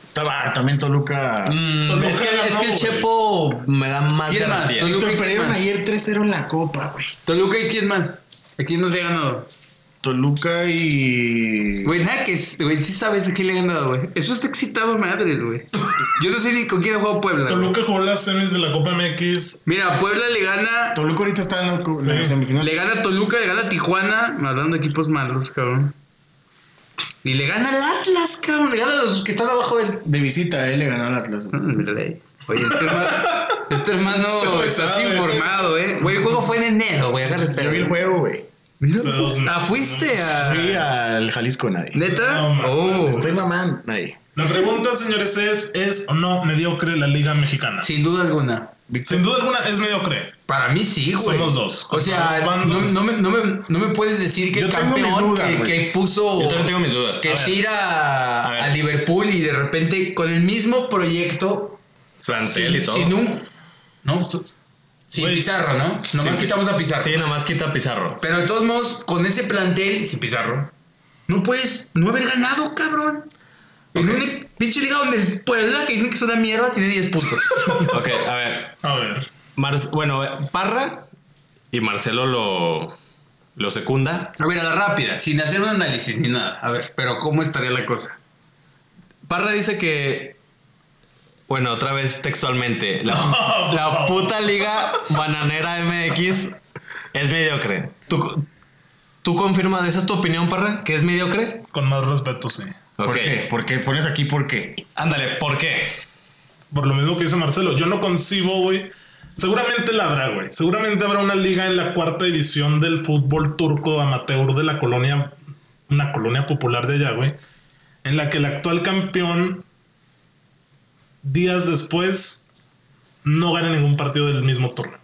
C: Estaba- ah, También Toluca.
D: Mm,
A: Toluca
D: es que,
A: ganó,
D: es que el
A: güey.
D: Chepo me da más
B: ¿Quién más?
D: garantía.
B: Toluca.
C: Víctor,
B: ¿quién
C: perdieron
B: más?
C: ayer 3-0 en la copa, güey.
B: Toluca y quién más? ¿A quién nos le ha ganado?
C: Toluca y.
B: Güey, nada que. es- Güey, sí sabes a quién le ha ganado, güey. Eso está excitado, madres, güey. Yo no sé ni con quién ha jugado Puebla. güey.
A: Toluca jugó las semis de la Copa MX.
B: Mira, Puebla le gana.
C: Toluca ahorita está en la,
A: Sí.
C: la semifinal.
B: Le gana Toluca, le gana Tijuana. Hablando de equipos malos, cabrón. Y le gana al Atlas, cabrón. Le gana a los que están abajo del.
C: De visita, eh, le ganó al Atlas. güey.
B: Ah, mírale ahí. Oye, este hermano. Este hermano
A: güey
B: está así
A: sabe, güey.
B: informado, eh. Güey, el juego fue en enero, güey. Agarra el
C: Yo
B: pedo.
C: vi el juego, güey.
B: Mira.
A: Hace dos meses,
B: Ah, fuiste
C: Fui
B: a.
C: al Jalisco nadie.
B: ¿Neta?
A: No, man.
B: Oh.
C: Estoy mamando. Nadie.
A: La pregunta, señores, es: ¿es o no mediocre la Liga Mexicana?
B: Sin duda alguna.
A: Sin duda alguna es mediocre.
B: Para mí sí, güey.
A: Somos dos.
B: O sea,
A: Los
B: no,
A: bandos.
B: no me, no me- no me puedes decir que
C: Yo
B: el
C: tengo mis
B: campeón
C: dudas,
B: que,
C: güey.
B: que puso.
D: Yo también tengo mis dudas.
B: Que
D: A ver,
B: tira
D: A ver.
B: a, Liverpool y de repente con el mismo proyecto.
D: Plantel
B: Sin,
D: y todo.
B: sin un. No, su- sin
A: Güey.
B: Pizarro, ¿no? Nomás
D: Sí,
B: quitamos a Pizarro.
D: Sí, nomás quita Pizarro.
B: Pero de todos modos, con ese plantel, sin Pizarro, no puedes no haber ganado, cabrón. En una pinche liga donde el Puebla, que dicen que es una mierda, tiene 10 puntos.
D: [LAUGHS] ok, a ver.
A: A ver.
D: Mar- bueno, Parra y Marcelo lo, lo secunda.
B: A ver, a la rápida, sin hacer un análisis ni nada. A ver, pero ¿cómo estaría la cosa?
D: Parra dice que. Bueno, otra vez textualmente. La,
A: No,
D: la
A: por favor.
D: puta liga bananera MX es mediocre. ¿Tú, co- ¿Tú confirmas? ¿Esa es tu opinión, Parra? ¿Que es mediocre?
A: Con más respeto, sí.
C: ¿Por
D: Ok.
C: qué? ¿Por qué? Pones aquí por qué.
D: Ándale, ¿por qué?
A: Por lo mismo que dice Marcelo, yo no concibo, güey. Seguramente la habrá, güey. Seguramente habrá una liga en la cuarta división del fútbol turco amateur de la colonia, una colonia popular de allá, güey. En la que el actual campeón, días después, no gana ningún partido del mismo torneo.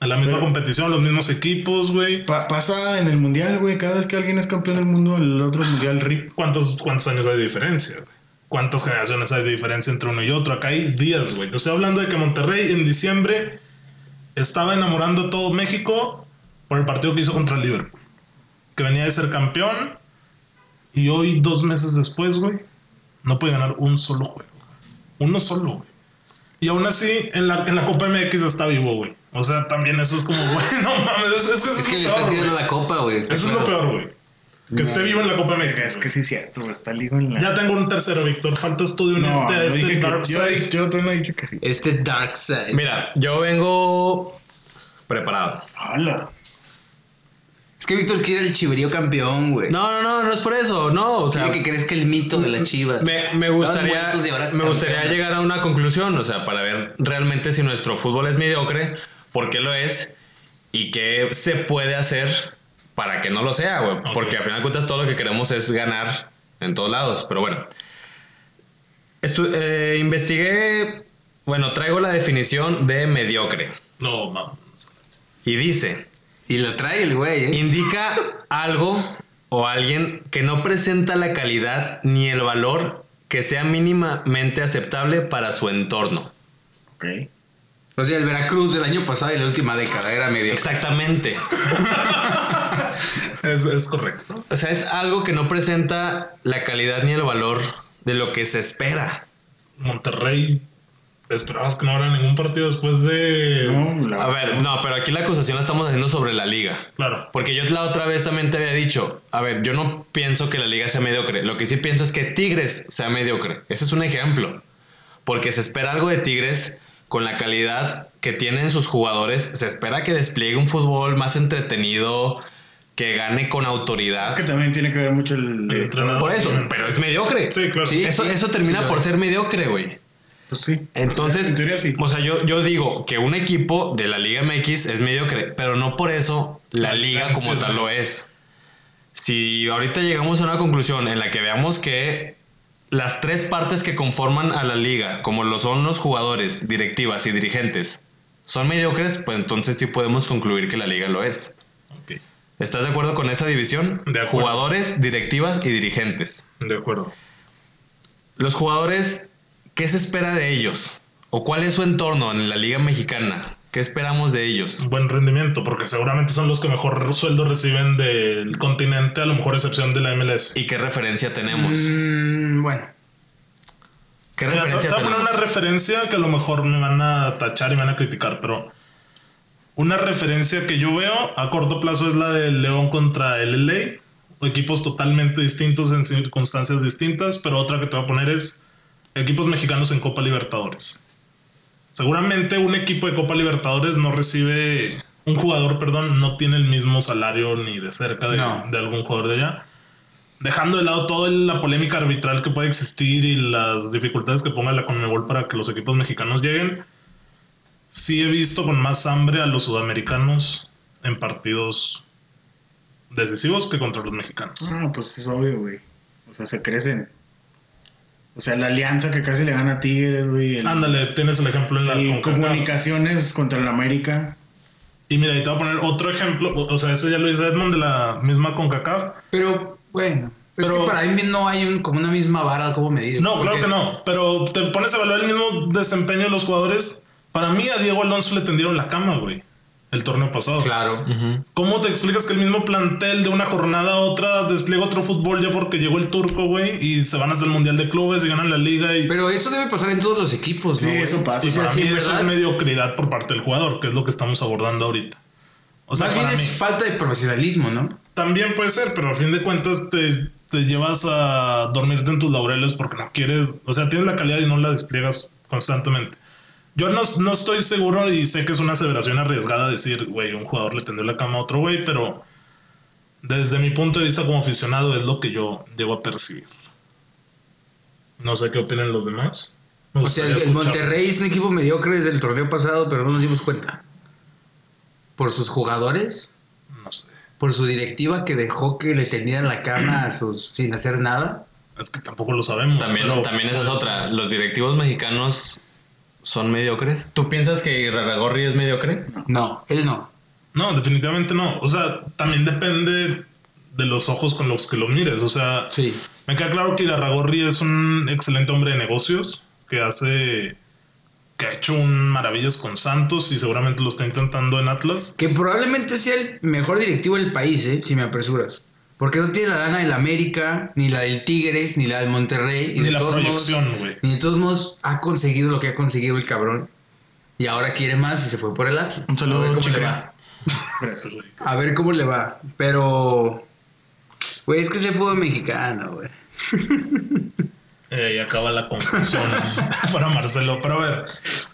A: En la misma
C: Pero-
A: competición, los mismos equipos, güey.
C: Pa- pasa en el mundial, güey. Cada vez que alguien es campeón del mundo, el otro mundial rip.
A: ¿Cuántos, ¿Cuántos años hay de diferencia? güey? ¿Cuántas generaciones hay de diferencia entre uno y otro? Acá hay días, güey. Te estoy hablando de que Monterrey en diciembre estaba enamorando a todo México por el partido que hizo contra el Liverpool. Que venía de ser campeón y hoy, dos meses después, güey, no puede ganar un solo juego. Uno solo, güey. Y aún así, en la, en la Copa MX está vivo, güey. O sea, también eso es como, [LAUGHS] güey, no mames, es, es que eso
B: Es
A: es,
B: que le
A: lo peor,
B: están tirando
A: güey.
B: la copa, güey.
A: Eso es lo peor, güey. Que esté vivo en la Copa MX.
C: Es que sí es cierto, güey. Está ligo en la.
A: Ya tengo un tercero, Víctor. Faltas tú de unirte
C: no,
A: a
C: yo
A: este
C: dije que-
A: Dark
C: yo,
A: Side.
C: yo todavía no he dicho que sí.
B: Este Dark Side.
D: Mira, yo vengo preparado.
C: Hola.
B: Es que Víctor quiere el chiverío campeón, güey.
D: No, no, no, no es por eso. No, o sea.
B: Quiere que crezca el mito de la chiva.
D: Me, me
B: Estaban
D: gustaría,
B: muertos de ahora,
D: me gustaría
B: campeona.
D: llegar a una conclusión, o sea, para ver realmente si nuestro fútbol es mediocre, por qué lo es y qué se puede hacer para que no lo sea, güey.
A: Ok.
D: Porque al final de cuentas todo lo que queremos es ganar en todos lados, pero bueno. Estu- eh, investigué, bueno, traigo la definición de mediocre
A: No, vamos.
D: y dice,
B: Y lo trae el güey, ¿eh?
D: indica algo o alguien que no presenta la calidad ni el valor que sea mínimamente aceptable para su entorno.
C: Ok.
B: O sea, el Veracruz del año pasado y la última década era medio.
D: Exactamente.
A: Es, es correcto.
D: O sea, es algo que no presenta la calidad ni el valor de lo que se espera.
A: Monterrey. Esperabas que no habrá ningún partido después de.
C: No, la-
D: A ver, no, pero aquí la acusación la estamos haciendo sobre la liga.
A: Claro.
D: Porque yo la otra vez también te había dicho, a ver, yo no pienso que la liga sea mediocre. Lo que sí pienso es que Tigres sea mediocre. Ese es un ejemplo. Porque se espera algo de Tigres con la calidad que tienen sus jugadores. Se espera que despliegue un fútbol más entretenido, que gane con autoridad.
C: Es que también tiene que ver mucho el.
A: El entrenador.
D: Por eso, pero es mediocre.
A: Sí, claro.
B: Sí.
D: Eso, eso termina
B: sí lo
D: por
B: es.
D: ser mediocre, güey.
C: Pues sí.
D: Entonces,
C: En teoría sí.
D: o sea, yo, yo digo que un equipo de la Liga MX es mediocre, pero no por eso la liga como
A: sí,
D: tal
A: sí.
D: lo es. Si ahorita llegamos a una conclusión en la que veamos que las tres partes que conforman a la liga, como lo son los jugadores, directivas y dirigentes, son mediocres, pues entonces sí podemos concluir que la liga lo es.
A: Ok,
D: ¿Estás de acuerdo con esa división?
A: De acuerdo.
D: Jugadores, directivas y dirigentes.
A: De acuerdo.
D: Los jugadores, ¿qué se espera de ellos? ¿O cuál es su entorno en la Liga Mexicana? ¿Qué esperamos de ellos?
A: Un buen rendimiento, porque seguramente son los que mejor sueldo reciben del continente, a lo mejor excepción de la MLS.
D: ¿Y qué referencia tenemos?
B: Mm, bueno.
D: ¿Qué
A: Mira, te- te voy
D: referencia
A: a poner
D: tenemos?
A: una referencia que a lo mejor me van a tachar y me van a criticar, pero una referencia que yo veo a corto plazo es la del León contra el LA, equipos totalmente distintos en circunstancias distintas, pero otra que te voy a poner es equipos mexicanos en Copa Libertadores. Seguramente un equipo de Copa Libertadores no recibe, un jugador, perdón, no tiene el mismo salario ni de cerca de,
B: No.
A: de algún jugador de allá. Dejando de lado toda la polémica arbitral que puede existir y las dificultades que ponga la Conmebol para que los equipos mexicanos lleguen, sí he visto con más hambre a los sudamericanos en partidos decisivos que contra los mexicanos.
C: Ah, pues es obvio, güey. O sea, se crecen. O sea, la alianza que casi le gana a Tigres, güey. el-
A: Ándale, tienes el ejemplo en la
C: el
A: CONCACAF.
C: comunicaciones contra el América.
A: Y mira, y te voy a poner otro ejemplo, o o sea, ese ya lo hizo Edmond de la misma CONCACAF.
B: Pero, bueno. Pero, es
A: Pero-
B: que para mí no hay un- como una misma vara, como medir.
A: No, claro
B: porque-
A: que no, pero te pones a evaluar el mismo desempeño de los jugadores. Para mí a Diego Alonso le tendieron la cama, güey, el torneo pasado.
B: Claro.
A: ¿Cómo te explicas que el mismo plantel de una jornada a otra despliega otro fútbol ya porque llegó el turco, güey, y se van hasta el Mundial de Clubes y ganan la liga y...
B: Pero eso debe pasar en todos los equipos, ¿no?
C: Sí,
B: güey?
C: eso pasa.
A: Y
B: O sea,
A: para
B: sí, pues, ah,
A: mí eso
B: ¿verdad?
A: es mediocridad por parte del jugador, que es lo que estamos abordando ahorita. O sea,
B: Más bien
A: para mí
B: es falta de profesionalismo, ¿no?
A: también puede ser, pero a fin de cuentas te, te llevas a dormirte en tus laureles porque no quieres, o sea, tienes la calidad y no la despliegas constantemente. Yo no, no estoy seguro y sé que es una aseveración arriesgada decir, güey, un jugador le tendió la cama a otro güey, pero desde mi punto de vista como aficionado es lo que yo llevo a percibir. No sé qué opinan los demás. Me
B: O sea,
A: gustaría
B: el, el
A: escuchar-
B: Monterrey es un equipo mediocre desde el torneo pasado, pero no nos dimos cuenta. Por sus jugadores,
A: No sé.
B: por su directiva que dejó que le tendieran la cama a sus sin hacer nada.
A: Es que tampoco lo sabemos.
D: También,
A: pero-
D: también esa es otra. Los directivos mexicanos son mediocres. ¿Tú piensas que Raragorri es mediocre?
B: No, él no.
A: No, definitivamente no. O sea, también depende de los ojos con los que lo mires. O sea,
B: Sí.
A: me queda claro que Irarragorri es un excelente hombre de negocios que hace. que ha hecho un maravillas con Santos y seguramente lo está intentando en Atlas.
B: Que probablemente sea el mejor directivo del país, ¿eh? si me apresuras. Porque no tiene la gana del América, ni la del Tigres, ni la del Monterrey. Y
A: Y
B: de
A: la
B: todos modos,
A: proyección, güey.
B: y de todos modos ha conseguido lo que ha conseguido el cabrón. Y ahora quiere más y se fue por el Atlas.
C: Un saludo,
B: A ver cómo
C: chica.
B: le va.
A: Este, güey.
B: A ver cómo le va. Pero. Güey, es que es el fútbol mexicano, güey.
A: Eh, y acaba la conclusión [LAUGHS] para Marcelo. Pero a ver,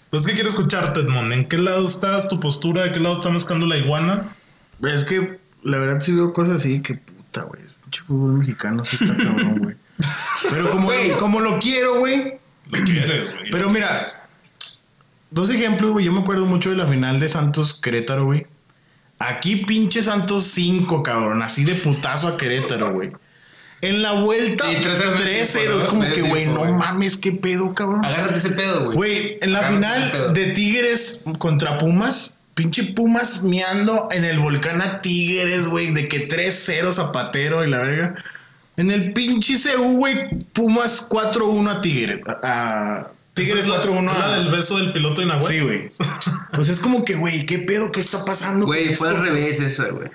A: pues que quiero escucharte, Edmond. ¿En qué lado estás? ¿Tu postura? ¿De qué lado está mezclando la iguana?
C: Es que la verdad sí veo cosas así que puta, güey. Es pinche fútbol mexicano, sí está cabrón, [LAUGHS] güey. Pero como,
B: Güey.
C: como lo quiero, güey.
A: Lo quieres, güey.
C: Pero mira, dos ejemplos, güey. Yo me acuerdo mucho de la final de Santos Querétaro, güey. Aquí pinche Santos 5, cabrón. Así de putazo a Querétaro, güey. En la vuelta
B: Sí, 3-0.
C: 3-0. Es como que, güey, no
B: Güey.
C: mames, qué pedo, cabrón.
B: Agárrate ese pedo, güey.
C: Güey, en la
B: Ah, qué pedo.
C: final de Tigres contra Pumas, pinche Pumas miando en el volcán a Tigres, güey, de que 3-0 Zapatero y la verga. En el pinche CU, güey, Pumas 4-1 a Tigres. A, a- Tigres
A: ¿Es la-
C: 4-1
A: es la
C: a...
A: del beso del piloto de Nahuel?
C: Sí, güey. Pues es como que, güey, ¿qué pedo? ¿Qué está pasando?
B: Güey,
C: con
B: fue
C: esto?
B: al revés eso, güey.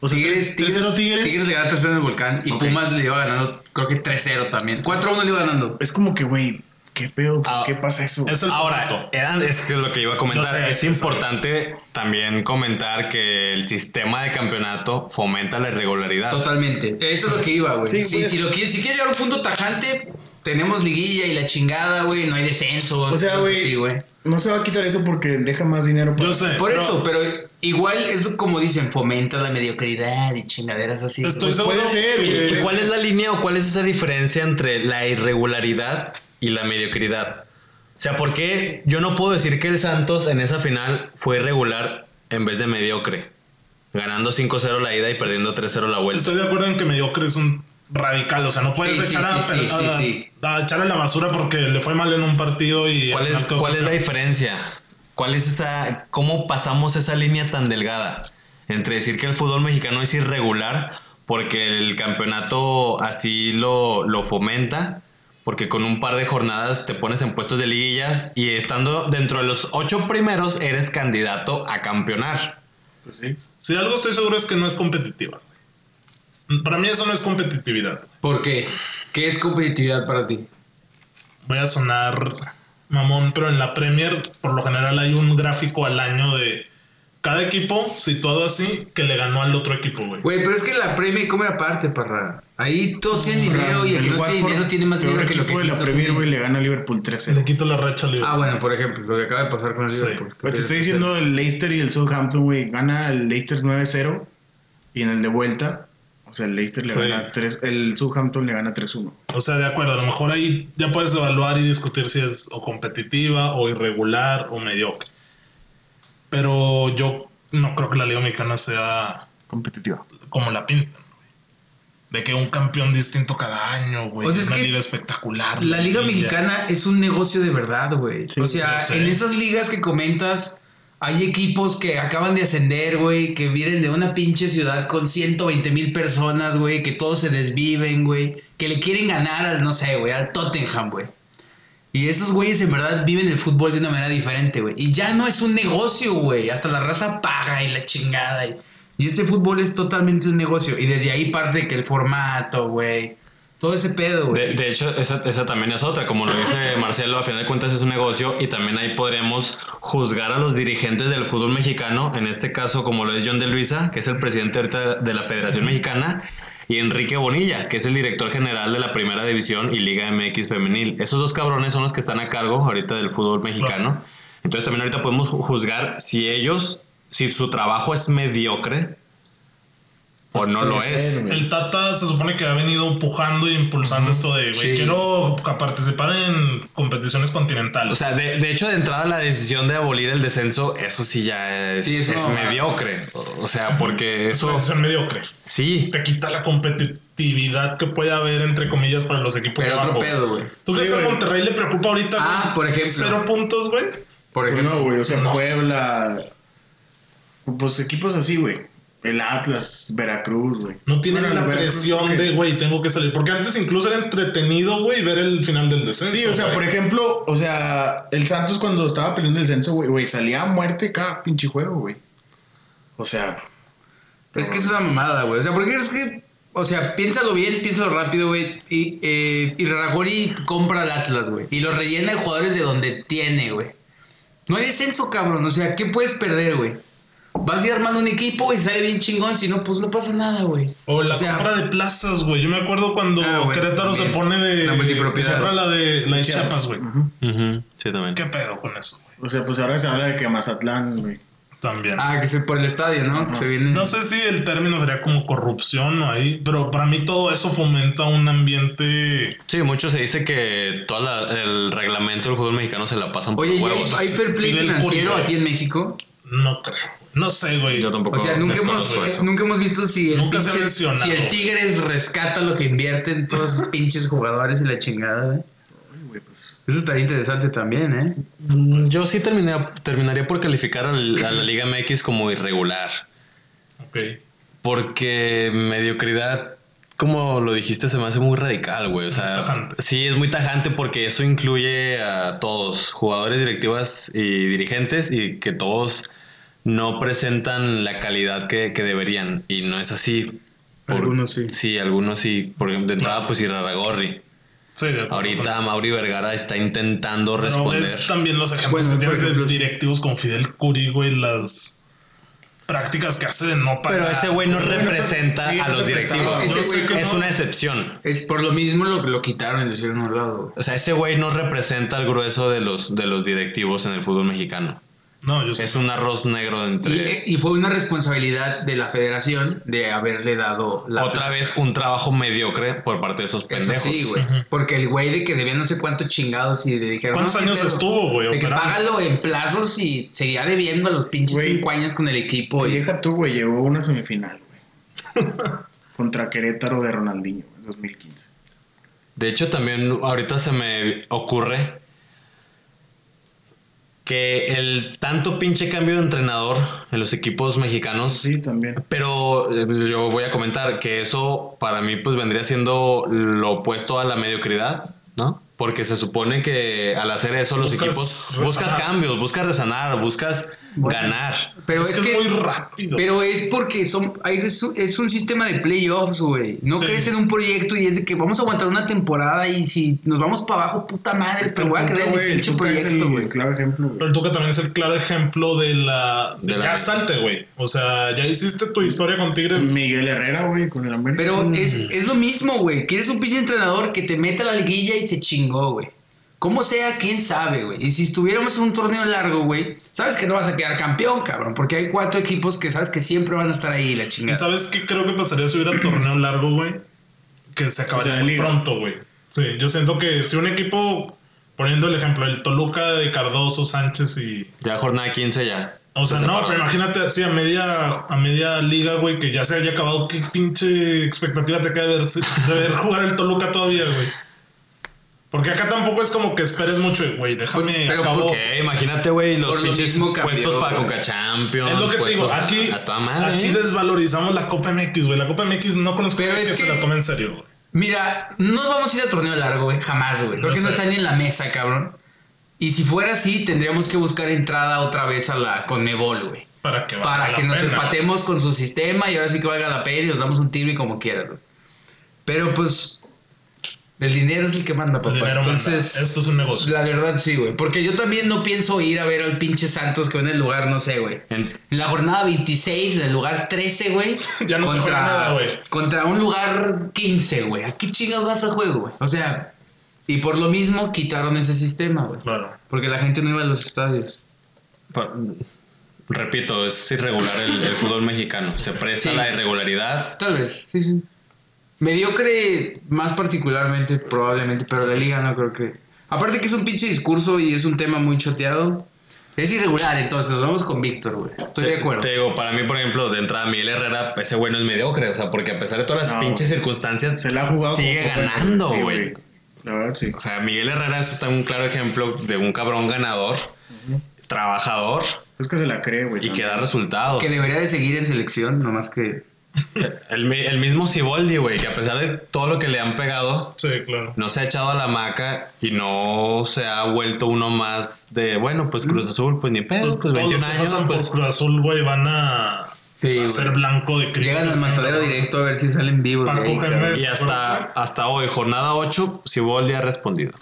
C: O sea,
B: Tigres,
C: 3-0
B: Tigres,
C: Tigres.
B: Tigres le gana 3-0 en el volcán y
C: Ok.
B: Pumas le iba ganando, creo que 3-0 también. 4-1 le iba ganando.
C: Es como que, güey, ¿qué pedo? ¿Por
D: Ah.
C: qué pasa eso?
A: Es el
D: Ahora,
A: formato.
D: eran- es que lo que iba a comentar,
A: No sé,
D: es
A: sí,
D: importante también comentar que el sistema de campeonato fomenta la irregularidad.
B: Totalmente. Ah. Eso es lo que iba, güey.
C: Sí,
B: Sí, pues.
C: güey.
B: si, lo quieres, si quieres llegar a un punto tajante, tenemos liguilla y la chingada, güey. No hay descenso.
C: O sea,
B: cosas
C: güey.
B: así, güey. eh,
C: No se va a quitar eso porque deja más dinero para...
A: Yo sé.
B: Por
A: pero-
B: eso, pero igual es como dicen, fomenta la mediocridad y chingaderas así.
A: Estoy
C: Pues
A: seguro
C: puede ser,
A: que-
D: ¿Y
C: güey.
D: cuál es la línea o cuál es esa diferencia entre la irregularidad y la mediocridad? O sea, ¿por qué yo no puedo decir que el Santos en esa final fue irregular en vez de mediocre? Ganando 5-0 la ida y perdiendo 3-0 la vuelta.
A: Estoy de acuerdo en que mediocre es un radical. O sea, no puedes
B: Sí, sí,
A: echar, a,
B: sí, sí,
A: a-
B: sí,
A: a echar a la basura porque le fue mal en un partido y.
D: ¿Cuál es,
A: marcó-
D: cuál es la diferencia? ¿Cuál es esa, ¿Cómo pasamos esa línea tan delgada entre decir que el fútbol mexicano es irregular porque el campeonato así lo, lo fomenta? Porque con un par de jornadas te pones en puestos de liguillas y estando dentro de los ocho primeros eres candidato a campeonar.
C: Pues sí.
A: Si algo estoy seguro es que no es competitiva. güey. Para mí eso no es competitividad.
B: ¿Por qué? ¿Qué es competitividad para ti?
A: Voy a sonar mamón, pero en la Premier por lo general hay un gráfico al año de cada equipo situado así que le ganó al otro equipo, güey.
B: Güey, pero es que la premia y comer aparte, parra. Ahí todos tienen dinero y el que no tiene dinero tiene más dinero que lo que
C: el equipo de la
B: no
C: Premier,
B: tiene.
C: güey, le gana a Liverpool 3-0.
A: Le quito la racha libre.
B: Ah, bueno, por ejemplo, lo que acaba de pasar con el
A: Sí.
B: Liverpool.
C: Güey, te estoy diciendo el Leicester y el Southampton, güey. Gana el Leicester 9-0 y en el de vuelta, o sea, el Leicester le
A: Sí.
C: gana 3, el Southampton le gana 3-1.
A: O sea, de acuerdo, a lo mejor ahí ya puedes evaluar y discutir si es o competitiva o irregular o mediocre. Pero yo no creo que la Liga Mexicana sea
C: Competitiva.
A: como la pintan. güey. De que un campeón distinto cada año, güey.
B: O sea, es
A: una
B: que
A: liga espectacular.
B: Ah, La Liga
A: maravilla.
B: Mexicana es un negocio de verdad, güey.
C: Sí,
B: o sea,
A: lo sé.
B: en esas ligas que comentas, hay equipos que acaban de ascender, güey, que vienen de una pinche ciudad con 120 mil personas, güey, que todos se desviven, güey, que le quieren ganar al, no sé, güey, al Tottenham, güey. Y esos güeyes en verdad viven el fútbol de una manera diferente, güey. Y ya no es un negocio, güey. Hasta la raza paga y la chingada. Y, y este fútbol es totalmente un negocio. Y desde ahí parte que el formato, güey. Todo ese pedo, güey.
D: De, de hecho, esa, esa también es otra, como lo dice Marcelo, a final de cuentas es un negocio y también ahí podremos juzgar a los dirigentes del fútbol mexicano, en este caso como lo es John de Luisa, que es el presidente ahorita de la Federación Mexicana, y Enrique Bonilla, que es el director general de la Primera División y Liga MX Femenil. Esos dos cabrones son los que están a cargo ahorita del fútbol mexicano. Entonces también ahorita podemos ju- juzgar si ellos, si su trabajo es mediocre o no lo
C: Puede
D: es.
C: ser, güey.
A: El Tata se supone que ha venido empujando y impulsando esto de, güey,
B: Sí.
A: quiero ca- participar en competiciones
D: O
A: continentales.
D: sea, de, de hecho, de entrada la decisión de abolir el descenso, eso sí ya es,
B: Sí, eso
D: es
B: no.
D: mediocre. O o sea, porque
A: es una
D: eso
A: decisión mediocre.
D: sí.
A: Te quita la competitividad que puede haber, entre comillas, para los equipos
B: Pero
A: de
B: otro
A: pues, abajo.
B: pedo, güey.
A: ¿Tú crees
C: Sí,
A: que a
C: güey.
A: Monterrey le preocupa ahorita?
B: Ah,
A: güey?
B: por ejemplo.
A: Cero puntos, güey.
B: Por
A: Pues
B: ejemplo,
C: no, güey, o sea,
A: No.
C: Puebla. Pues equipos así, güey. El Atlas, Veracruz, güey.
A: No tienen
C: Bueno,
A: la
C: el Veracruz,
A: presión
C: ok.
A: de, güey, tengo que salir. Porque antes incluso era entretenido, güey, ver el final del descenso.
C: Sí, o sea,
A: güey.
C: por ejemplo, o sea, el Santos cuando estaba peleando el censo, güey, güey, salía a muerte cada pinche juego, güey. O sea,
B: es que es una mamada, güey. O sea, ¿por qué es que.? O sea, piénsalo bien, piénsalo rápido, güey. Y, eh, y Ragori compra al Atlas, güey. Y lo rellena de jugadores de donde tiene, güey. No hay descenso, cabrón. O sea, ¿qué puedes perder, güey? Vas a ir armando un equipo y sale bien chingón. Si no, pues no pasa nada, güey.
A: O la
B: O sea-
A: compra de plazas, güey. Yo me acuerdo cuando
B: Ah, güey,
A: Querétaro se
B: también.
A: pone de.
B: La multipropiedad.
A: Compra la de, la de
C: Chiapas.
A: Chiapas, güey.
C: ujú.
D: Ujú, Sí, también.
A: ¿Qué pedo con eso, güey?
C: o sea, pues ahora se habla de que Mazatlán, güey.
A: También.
B: Ah, que se por el estadio, ¿no? Que se viene.
A: No sé si el término sería como corrupción o ahí, pero para mí todo eso fomenta un ambiente.
D: Sí, mucho se dice que todo el reglamento del fútbol mexicano se la pasan por
B: Oye, ¿y hay,
D: huevos.
B: hay fair play
A: Fidel
B: financiero
A: Curi,
B: aquí en México?
A: No creo. No sé, güey.
D: Yo tampoco.
B: O sea, nunca hemos, eh,
D: desconozco eso.
B: nunca hemos visto si el,
A: Nunca se ha
B: pinche-
A: mencionado.
B: si el Tigres rescata lo que invierten todos esos pinches jugadores y la chingada, güey. Eso estaría interesante también, ¿eh?
D: Mm, Yo sí terminé- terminaría por calificar al- a la Liga MX como irregular.
A: Ok.
D: Porque mediocridad, como lo dijiste, se me hace muy radical, güey. O sea,
A: tajante.
D: sí, es muy tajante porque eso incluye a todos, jugadores, directivas y dirigentes, y que todos no presentan la calidad que, que deberían. Y no es así. Por-
B: Algunos sí.
D: Sí, algunos sí. Por ejemplo, de entrada, pues Iraragorri.
A: Sí, de acuerdo con
D: Ahorita
A: eso.
D: Mauri Vergara está intentando
A: Pero
D: responder.
A: ves también los ejemplos
B: Bueno,
A: que
B: por
A: tienes
B: ejemplo,
A: de
B: sí.
A: directivos con Fidel Curi, güey, las prácticas que hace de no pagar.
D: Pero ese güey no
C: Ese güey no está-
D: representa
C: sí,
D: a
C: no
D: los
C: se prestaba.
D: directivos.
B: Ese güey que
D: es
A: no-
D: una excepción.
B: Es por lo mismo lo, lo quitaron y lo hicieron a un lado. güey.
D: O sea, ese güey no representa al grueso de los, de los directivos en el fútbol mexicano.
A: No, yo sé.
D: Es un arroz negro entre...
B: Y, eh, y fue una responsabilidad de la federación de haberle dado la
D: Otra vez un trabajo mediocre por parte de esos
B: Eso
D: pendejos.
B: sí, güey.
A: Ujú.
B: Porque el güey de que debía no sé cuántos chingados y le dijeron.
A: ¿Cuántos
B: "No, sí,
A: años
B: pero-
A: estuvo, güey,
B: De que
A: operando?
B: págalo en plazos y seguía debiendo a los pinches
C: Güey.
B: cinco años con el equipo.
C: Oye,
B: Y,
C: deja tú, güey, llegó a una semifinal, güey. [LAUGHS] Contra Querétaro de Ronaldinho, güey, 2015.
D: De hecho, también ahorita se me ocurre que el tanto pinche cambio de entrenador en los equipos mexicanos
C: Sí, también.
D: Pero eh, yo voy a pues, comentar que eso para mí pues vendría siendo lo opuesto a la mediocridad, ¿no? Porque se supone que al hacer eso los
A: Buscas
D: equipos
A: resanar.
D: buscas cambios, buscas resanar, buscas ganar.
B: Pero
A: es, que, es muy rápido.
B: Pero es porque son, hay- es, un- es un sistema de playoffs, güey. No
A: Sí.
B: crees en un proyecto y es de que vamos a aguantar una temporada y si nos vamos para abajo, puta madre,
C: Está
B: te voy a
C: el
B: creer en el
C: Tuca, güey, el
B: pinche
C: Tuca es
B: proyecto,
C: el
B: güey.
C: claro ejemplo, güey.
A: Pero el Tuca también es el claro ejemplo de la.
D: De la-
A: ya salte, güey. O sea, ya hiciste tu historia con Tigres.
C: Miguel Herrera, güey, con el América.
B: Pero es, es lo mismo, güey. Quieres un pinche entrenador que te meta la liguilla y se chingó, güey. Como sea, quién sabe, güey. Y si estuviéramos en un torneo largo, güey, sabes que no vas a quedar campeón, cabrón. Porque hay cuatro equipos que sabes que siempre van a estar ahí, la
A: ¿Y
B: chingada.
A: sabes qué creo que pasaría si hubiera torneo largo, güey? Que se acabaría
C: O sea, de
A: muy
C: liga.
A: pronto, güey. Sí, yo siento que si un equipo, poniendo el ejemplo, el Toluca de Cardoso, Sánchez y.
D: Ya jornada 15 ya.
A: O sea,
D: Se
A: no,
D: separó.
A: pero imagínate así a media, a media liga, güey, que ya se haya acabado. ¿Qué pinche expectativa te queda de ver, de ver jugar el Toluca todavía, güey? Porque acá tampoco es como que esperes mucho, güey, déjame
B: Pero
A: acabo.
B: ¿por
D: Ok, imagínate, güey, los
B: Por lo
D: pinches
B: mismo cambió,
D: puestos para
B: güey.
D: Coca Champions.
A: Es lo que te digo,
B: Pues,
D: puestos
A: aquí,
D: A, a toda madre.
A: aquí
D: ¿eh?
A: desvalorizamos la Copa MX, güey. La Copa MX no conozco
B: Pero
A: a nadie
B: es
A: que, se
B: que-
A: la tome en serio, güey.
B: Mira, no nos vamos a ir a torneo largo, güey. Jamás, güey. Creo
A: No
B: que no
A: sé.
B: está ni en la mesa, cabrón. Y si fuera así, tendríamos que buscar entrada otra vez a la Conmebol, güey.
A: Para que, valga
B: para
A: la
B: que nos
A: pena.
B: empatemos con su sistema y ahora sí que valga la pena y nos damos un tiro y como quieran. güey. Pero pues el dinero es el que manda,
A: El
B: papá.
A: dinero manda.
B: Entonces,
A: Esto es un negocio.
B: la verdad sí, güey. Porque yo también no pienso ir a ver al pinche Santos que va en el lugar, no sé, güey.
D: En-
B: En la jornada 26, en el lugar 13, güey.
A: [LAUGHS] Ya no se juega nada, güey.
B: Contra un lugar 15, güey. ¿A qué chingas vas al juego, güey? O sea, y por lo mismo quitaron ese sistema, güey.
A: Claro.
B: Porque la gente no iba a los estadios.
D: pa- repito, es irregular el, el fútbol mexicano. Se presta
B: Sí.
D: la irregularidad.
B: Tal vez, sí, sí. Mediocre más particularmente, probablemente, pero la liga no creo que... Aparte que es un pinche discurso y es un tema muy choteado. Es irregular, entonces, nos vamos con Víctor, güey. Estoy de
D: Te-
B: acuerdo.
D: Te digo, para mí, por ejemplo, de entrada Miguel Herrera, ese güey no es mediocre. O sea, porque a pesar de todas las
C: No,
D: pinches
C: güey.
D: circunstancias,
C: se la ha jugado.
D: sigue
C: como Coca,
D: ganando,
C: sí,
D: güey.
C: La verdad, sí.
D: O sea, Miguel Herrera es también un claro ejemplo de un cabrón ganador, trabajador
C: Es que se la cree, güey.
D: y que
C: también.
D: da resultados.
B: Que debería de seguir en selección, nomás que...
D: El, mi- el mismo Siboldi, güey, que a pesar de todo lo que le han pegado,
A: Sí, claro.
D: no se ha echado a la maca y no se ha vuelto uno más de, bueno, pues Cruz Azul, pues ni pedo, pues,
A: Pues, todos
D: 21
A: los que
D: años,
A: pasan
D: pues.
A: por Cruz Azul, güey, van a,
B: Sí,
A: a ser blanco de crítica.
B: Llegan al matadero directo a ver si salen vivos.
A: Para
B: de ahí,
A: cogerme
B: cabrón.
A: ese-
D: Y hasta, hasta hoy, jornada 8, Siboldi ha respondido.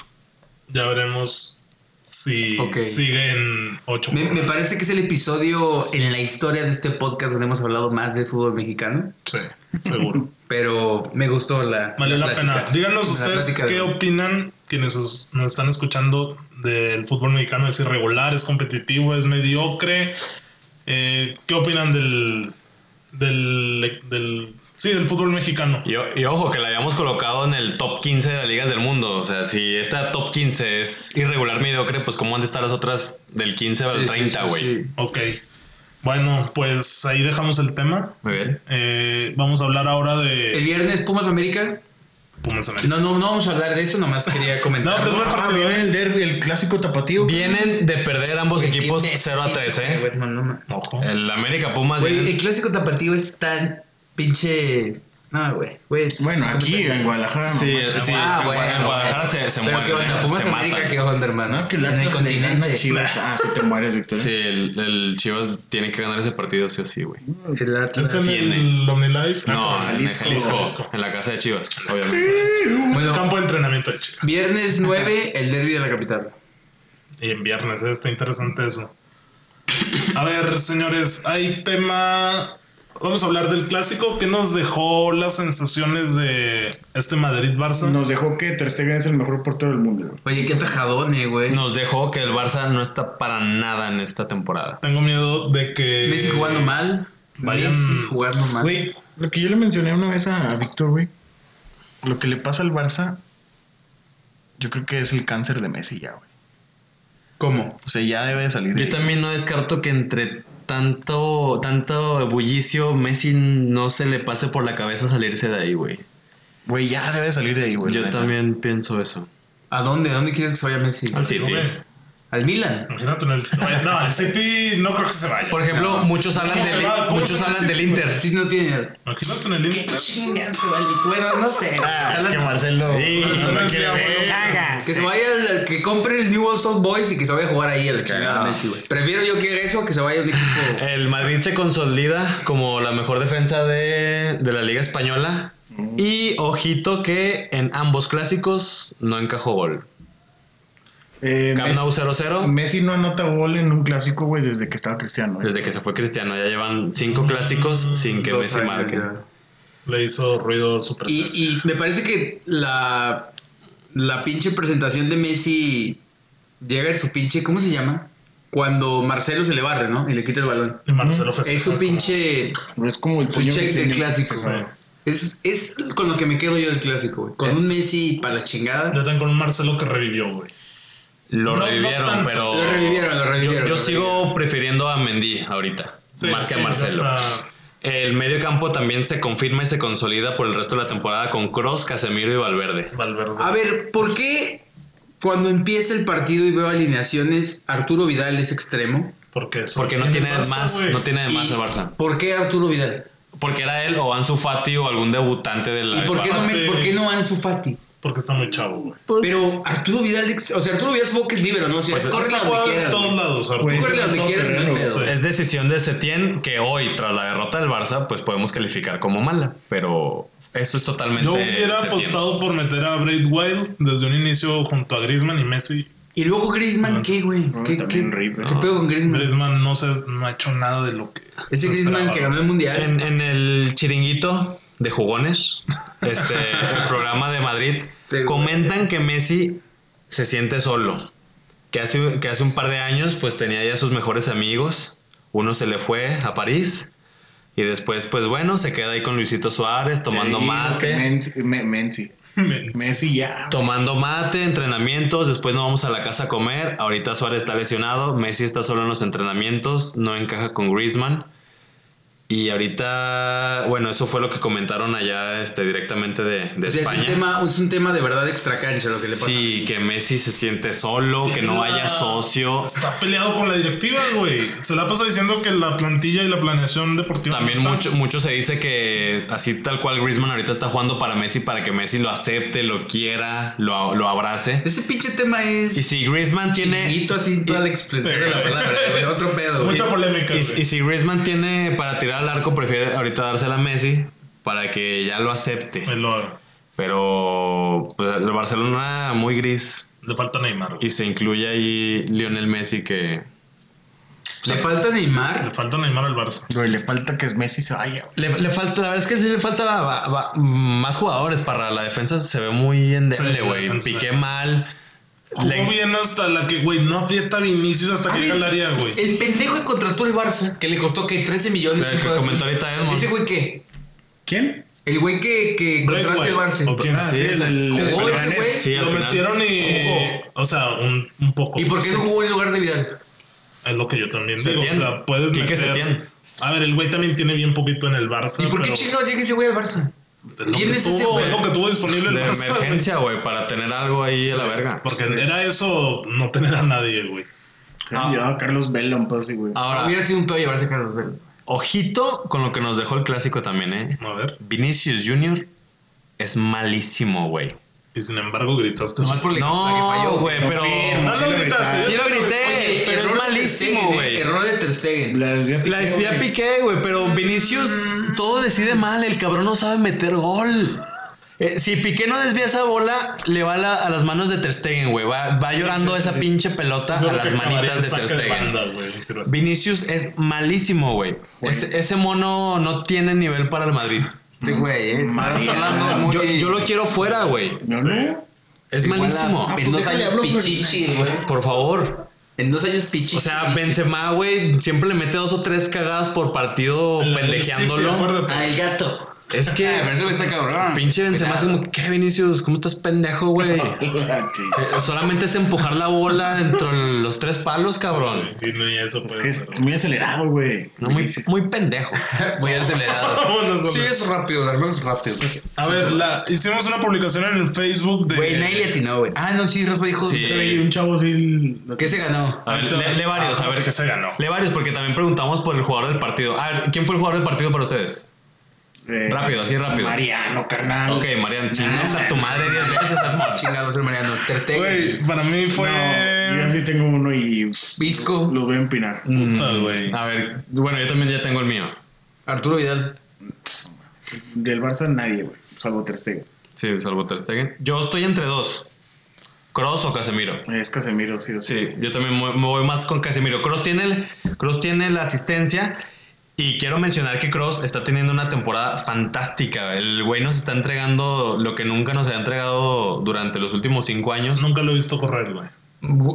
A: Ya veremos si
B: Ok.
A: sigue en 8.
B: me, me parece que es el episodio en la historia de este podcast donde hemos hablado más de fútbol mexicano.
A: Sí, seguro.
B: Pero me gustó [LAUGHS] la.
A: Vale la, pena.
B: plática.
A: Díganos
B: La
A: ustedes
B: plática de-
A: qué opinan quienes os- nos están escuchando del fútbol mexicano. ¿Es irregular? ¿Es competitivo? ¿Es mediocre? Eh, ¿Qué opinan del, del, del... Sí, del fútbol mexicano.
D: Y, o- y ojo, que la habíamos colocado en el top 15 de las ligas del mundo. O sea, si esta top 15 es irregular, mediocre, pues ¿cómo han de estar las otras del 15
B: Sí,
D: al
B: sí,
D: 30,
B: sí,
D: güey?
B: sí.
A: Ok. Bueno, pues ahí dejamos el tema.
D: Muy bien.
A: Eh, vamos a hablar ahora
B: El
A: de
B: viernes Pumas América.
A: Pumas América.
B: No, no, no vamos a hablar de eso, nomás quería
A: No, pues
B: comentar.
A: pero es buen
C: Ah,
A: partido. ¿eh?
C: viene el derby, el clásico tapatío.
D: Vienen de perder ambos
B: Güey,
D: equipos
B: qué
D: 0 a 3,
B: necesito,
D: ¿eh?
B: güey, no, no, no.
A: Ojo.
D: El América Pumas.
B: Güey,
D: vienen-
B: el clásico tapatío es tan pinche. No, güey. güey,
C: Bueno,
B: sí,
C: aquí en Guadalajara,
D: Sí,
C: no.
D: sí,
B: Ah,
D: en
B: bueno,
D: Guadalajara
B: bueno.
D: se, se
B: Pero qué
D: mueren,
B: onda,
D: ¿eh?
B: Pumas
D: se
B: América,
D: matan.
B: qué onda, hermano.
C: No, que
B: en el
C: Atlas le gana a
B: continente.
C: Chivas. Ah, sí te mueres, Víctor. ¿eh?
D: Sí, el, el Chivas tiene que ganar ese partido sí o sí, güey.
B: El
A: ¿Es
B: Atlas.
A: en el
D: tiene.
A: OmniLife? Ah,
D: No,
A: con
C: Jalisco.
D: en el Jalisco,
A: Jalisco.
D: en la casa de Chivas, obviamente.
B: Bueno,
A: Campo de entrenamiento de Chivas.
B: viernes 9, el derby de la capital.
A: Y en viernes, ¿eh? está interesante eso. A ver, señores, hay tema. Vamos a hablar del clásico que nos dejó las sensaciones de este Madrid-Barça.
C: Nos dejó que Ter Stegen es el mejor portero del mundo. güey.
B: Oye, qué tajadone, güey.
D: Nos dejó que el Barça no está para nada en esta temporada.
A: Tengo miedo de que.
B: Messi jugando mal.
A: Vayan-
B: Messi jugando mal.
C: Güey, lo que yo le mencioné una vez a, a Víctor, güey. Lo que le pasa al Barça, yo creo que es el cáncer de Messi ya, güey.
B: ¿Cómo?
C: O sea, ya debe de salir. de
D: Yo
C: ahí.
D: también no descarto que entre tanto, tanto bullicio, Messi no se le pase por la cabeza salirse de ahí, güey.
C: Güey, ya debe de salir de ahí, güey. la
D: Yo
C: neta.
D: también pienso eso.
B: ¿A dónde? ¿A dónde quieres que se vaya Messi?
D: Al City.
A: Juve.
B: al Milan.
A: Imagínate, no, el, no, al City no creo que se vaya.
B: Por ejemplo, muchos hablan,
A: ¿Cómo se
B: del,
A: va? ¿Cómo
B: muchos
A: se va
B: hablan
A: el
B: del
A: City,
B: Inter.
A: güey?
B: Sí, no tiene.
A: Imagínate en el Inter.
B: Bueno, no sé.
F: Es que Marcelo.
A: Sí,
F: Marcelo
A: no
F: no
A: sea,
F: quiere
A: güey.
F: ser. Caga.
B: Que se vaya, al- que compre el New Old Soul Boys y que se vaya a jugar ahí a la chingada
D: Cagado.
B: Messi, güey. Prefiero yo que eso que se vaya a un equipo.
D: El Madrid se consolida como la mejor defensa de, de la Liga Española.
B: Mm.
D: Y ojito que en ambos clásicos no encajó gol.
C: Eh,
D: Camp Nou
C: Me-
D: 0-0.
C: Messi no anota gol en un clásico, güey, desde que estaba Cristiano. güey.
D: Desde que se fue Cristiano, ya llevan cinco clásicos sin que
B: dos
D: Messi
B: años
D: marque.
B: ya.
A: Le hizo ruido su presencia.
B: Y, y me parece que la, la pinche presentación de Messi llega en su pinche, ¿cómo se llama? Cuando Marcelo se le barre, ¿no? Y le quita el balón.
A: Y Marcelo
D: Pues
A: festeja
B: Es su
A: como-
B: pinche,
C: Pero es como el
B: su
C: sueño
B: check
C: que
B: del
C: tiene-
B: clásico.
C: Sí.
B: güey. Es, es con lo que me quedo yo del clásico, güey. Con un Messi para la chingada.
A: Yo tengo un Marcelo que revivió, güey.
D: Lo
A: No, no
D: revivieron,
A: tanto.
D: pero.
B: Lo revivieron, lo
D: Yo,
B: revivieron.
D: yo
B: lo
D: sigo prefiriendo a Mendy ahorita,
A: Sí,
D: más que a
A: sí,
D: Marcelo.
A: ya está.
D: El medio campo también se confirma y se consolida por el resto de la temporada con Cross, Casemiro y Valverde.
A: Valverde.
B: A ver, ¿por qué cuando empieza el partido y veo alineaciones, Arturo Vidal es extremo?
A: Porque, eso
D: Porque no tiene
A: el Barça,
D: más,
A: güey.
D: no tiene de más
B: ¿Y
D: el Barça.
B: ¿Por qué Arturo Vidal?
D: Porque era él o Ansu Fati o algún debutante de la
B: ¿Y por qué, no me,
A: Fati.
B: por qué no Ansu Fati?
A: Porque está muy chavo, güey.
B: Pero Arturo Vidal, de ex- o sea, Arturo Vidal supongo que es libre, ¿no? O sea,
A: Pues
B: corre
A: está
B: a donde
A: jugando en
B: quieras,
A: todos
B: güey.
A: lados. Arturo.
C: Güey,
B: Corre a donde
C: todo
B: quieras, no hay
C: terreno,
B: pedo.
A: güey.
D: Es decisión de Setién que hoy, tras la derrota del Barça, pues podemos calificar como mala. Pero eso es totalmente.
A: Yo hubiera
D: Setién.
A: apostado por meter a Braid Wild desde un inicio junto a Griezmann y Messi.
B: Y luego Griezmann,
A: No,
B: ¿qué, güey?
C: no,
B: ¿Qué,
C: también
B: qué-
C: River.
B: qué pedo con Griezmann?
A: Griezmann no, se, no ha hecho nada de lo que.
B: Mm. Ese
A: se
B: Griezmann
A: esperaba,
B: que
A: güey.
B: ganó el mundial.
D: En, en el chiringuito de jugones, este, el programa de Madrid,
B: Te-
D: comentan que Messi se siente solo. Que hace, que hace un par de años, pues tenía ya sus mejores amigos. Uno se le fue a París. Y después, pues bueno, se queda ahí con Luisito Suárez tomando
C: Te digo que
D: mate.
C: Menzi- Me- Menzi. Messi ya.
D: Tomando mate, entrenamientos, después nos vamos a la casa a comer. Ahorita Suárez está lesionado, Messi está solo en los entrenamientos, no encaja con Griezmann. Y ahorita, bueno, eso fue lo que comentaron allá este, directamente de, de
B: o sea, es
D: España.
B: un, tema, es un tema de verdad extracancha lo que le pasa.
D: sí, que Messi se siente solo, que no
A: Tiene
D: haya
A: una-
D: socio.
A: Está peleado con la directiva, güey. Se la pasa diciendo que la plantilla y la planeación deportiva.
D: También
A: no
D: mucho,
A: está.
D: mucho se dice que así tal cual Griezmann ahorita está jugando para Messi, para que Messi lo acepte, lo quiera, lo, lo abrace.
B: Ese pinche tema es...
D: Y si Griezmann tiene...
B: Chiquito así toda la expresión de
D: [LAUGHS]
B: la palabra, güey. Otro pedo, güey.
A: Mucha polémica.
D: Y,
A: güey.
D: y si Griezmann tiene para tirar al arco, prefiere ahorita dársela a Messi para que ya lo acepte.
A: Me lo-
D: Pero pues, el Barcelona muy gris
A: Le falta Neymar. güey.
D: y se incluye ahí Lionel Messi que pues,
B: Le falta
A: Le
B: Neymar.
A: falta Neymar al Barça.
C: Güey, le falta que Messi se vaya, güey.
D: le, le falta, la verdad es que sí le falta va- va- más jugadores para la defensa, se ve muy endeble,
A: Sí, la
D: güey.
A: defensa.
D: Piqué mal.
A: Jugó
D: Le-
A: bien hasta la que, güey, no aprieta Vinicius hasta
B: A
A: que
B: ver,
A: llega al área, güey.
B: El pendejo que contrató el Barça, que le costó que 13 millones.
D: El que
B: Cosas así.
D: comentó ahorita Edmond.
B: ¿Ese güey qué?
C: ¿Quién?
B: El güey que, que
A: Braithwaite,
B: contrata el
A: ¿o
B: Barça.
A: quién?
C: Ah,
A: Sí,
C: sí,
A: el-
C: el-
B: ¿Jugó
C: el
B: ese
C: Leganés.
B: güey?
D: Sí, al
A: lo
D: final.
A: metieron y.
B: Jugó.
A: O sea, un, un poco.
B: ¿Y por qué no jugó en lugar de Vidal?
A: Es lo que yo también digo.
D: Setién.
A: O sea, puedes
D: Quique
A: meter.
D: Setién.
A: A ver, el güey también tiene bien poquito en el Barça.
B: ¿Y
D: Ah,
B: por qué
A: pero
B: chingados llega ese güey al Barça?
A: es lo
B: quién
A: que
B: es
A: tuvo,
B: ese güey?
A: Es lo que tuvo disponible el
D: De
A: Barça, güey.
D: emergencia, güey, para tener algo ahí a la verga.
A: Porque era eso no tener a nadie, güey.
D: Ah.
C: Yo, Carlos Vela, un pedo así, güey.
D: Ahora,
B: Hubiera sido un pedo llevarse a Carlos Vela.
D: ojito con lo que nos dejó el clásico también, ¿eh?
A: A ver.
D: Vinicius Jr. es malísimo, güey.
A: Y sin embargo gritaste.
B: Nomás por la la que falló.
D: No, güey, pero.
C: Confirmo.
A: No lo gritaste.
D: Sí lo grité,
B: Oye,
D: pero
B: error de
D: es
B: Ter
D: malísimo,
B: Stegen,
D: güey.
B: Error de Ter Stegen.
C: La desvía
D: La desvía
C: güey.
D: Piqué, güey, pero Vinicius todo decide mal, el cabrón no sabe meter gol. Eh, si Piqué no desvía esa bola, le va a, la- a las manos de Ter Stegen, güey. Va, va llorando esa pinche pelota
A: Eso
D: a
A: es lo
D: las
A: que Cavani
D: manitas de
A: saca
D: Ter
A: de
D: Stegen.
A: banda, güey, un tiro así.
D: Vinicius es malísimo, güey. Ese, ese mono no tiene nivel para el Madrid.
B: Este güey, eh. Está
C: Madre.
B: hablando muy-
D: Ah, Yo, yo lo quiero fuera, güey.
C: No, no.
D: Es
B: eh, Igual a-
D: malísimo. Eh,
B: En dos años
C: hablo,
B: pichichi, güey.
D: Por favor.
B: En dos años pichichi.
D: O sea, Benzema, güey, siempre le mete dos o tres cagadas por partido
A: En la del City,
D: pendejeándolo.
A: acuérdate.
B: al gato. Ah, [LAUGHS]
D: Es que.
B: Parece que está cabrón.
D: Pinche Benzema es
B: Cuidado.
D: como, ¿qué, Vinicius? ¿Cómo estás
B: [LAUGHS]
D: pendejo, güey? Eh,
C: Ah,
D: Solamente es empujar la bola dentro de los tres palos, cabrón.
A: Y ni eso
C: Es
A: puede
C: que
A: ser. [LAUGHS]
C: es muy acelerado, güey.
D: No, muy,
C: Sí, sí.
D: muy pendejo.
B: Muy
A: [LAUGHS]
B: acelerado.
A: Vámonos, hombre.
E: Sí, es rápido, al menos rápido.
A: A ver, la, hicimos una publicación en el Facebook de.
B: Güey, nadie le atinó, güey. Ah, no, sí, Rosa dijo.
D: Sí.
C: Y un chavo sí.
B: ¿Qué se ganó?
D: A ver, lee, lee varios, a ver.
A: qué se ganó.
D: Lee varios, porque también preguntamos por el jugador del partido. A ver, ¿quién fue el jugador del partido para ustedes?
C: Eh,
D: Rápido, así rápido.
C: Mariano, carnal.
D: Ok, Marian, chingas a tu madre 10
B: [LAUGHS]
D: veces. hermano.
B: Chingado, va a ser Mariano. Ter Stegen,
A: Güey, para mí
C: No,
A: fue.
C: yo sí tengo uno y
B: Visco.
C: lo voy a empinar.
B: mm,
A: Puta, güey.
D: A ver, bueno, yo también ya tengo el mío.
B: Arturo Vidal.
C: Del Barça nadie, güey. Salvo Ter Stegen.
D: Sí, salvo Ter Stegen. Yo estoy entre dos. Cross o Casemiro.
C: Es Casemiro, sí o sí.
D: Sí, yo también mu- me voy más con Casemiro. Cross tiene, el- Kroos tiene la asistencia y quiero mencionar que Cross está teniendo una temporada fantástica. El güey nos está entregando lo que nunca nos había entregado durante los últimos cinco años.
A: Nunca lo he visto correr, güey.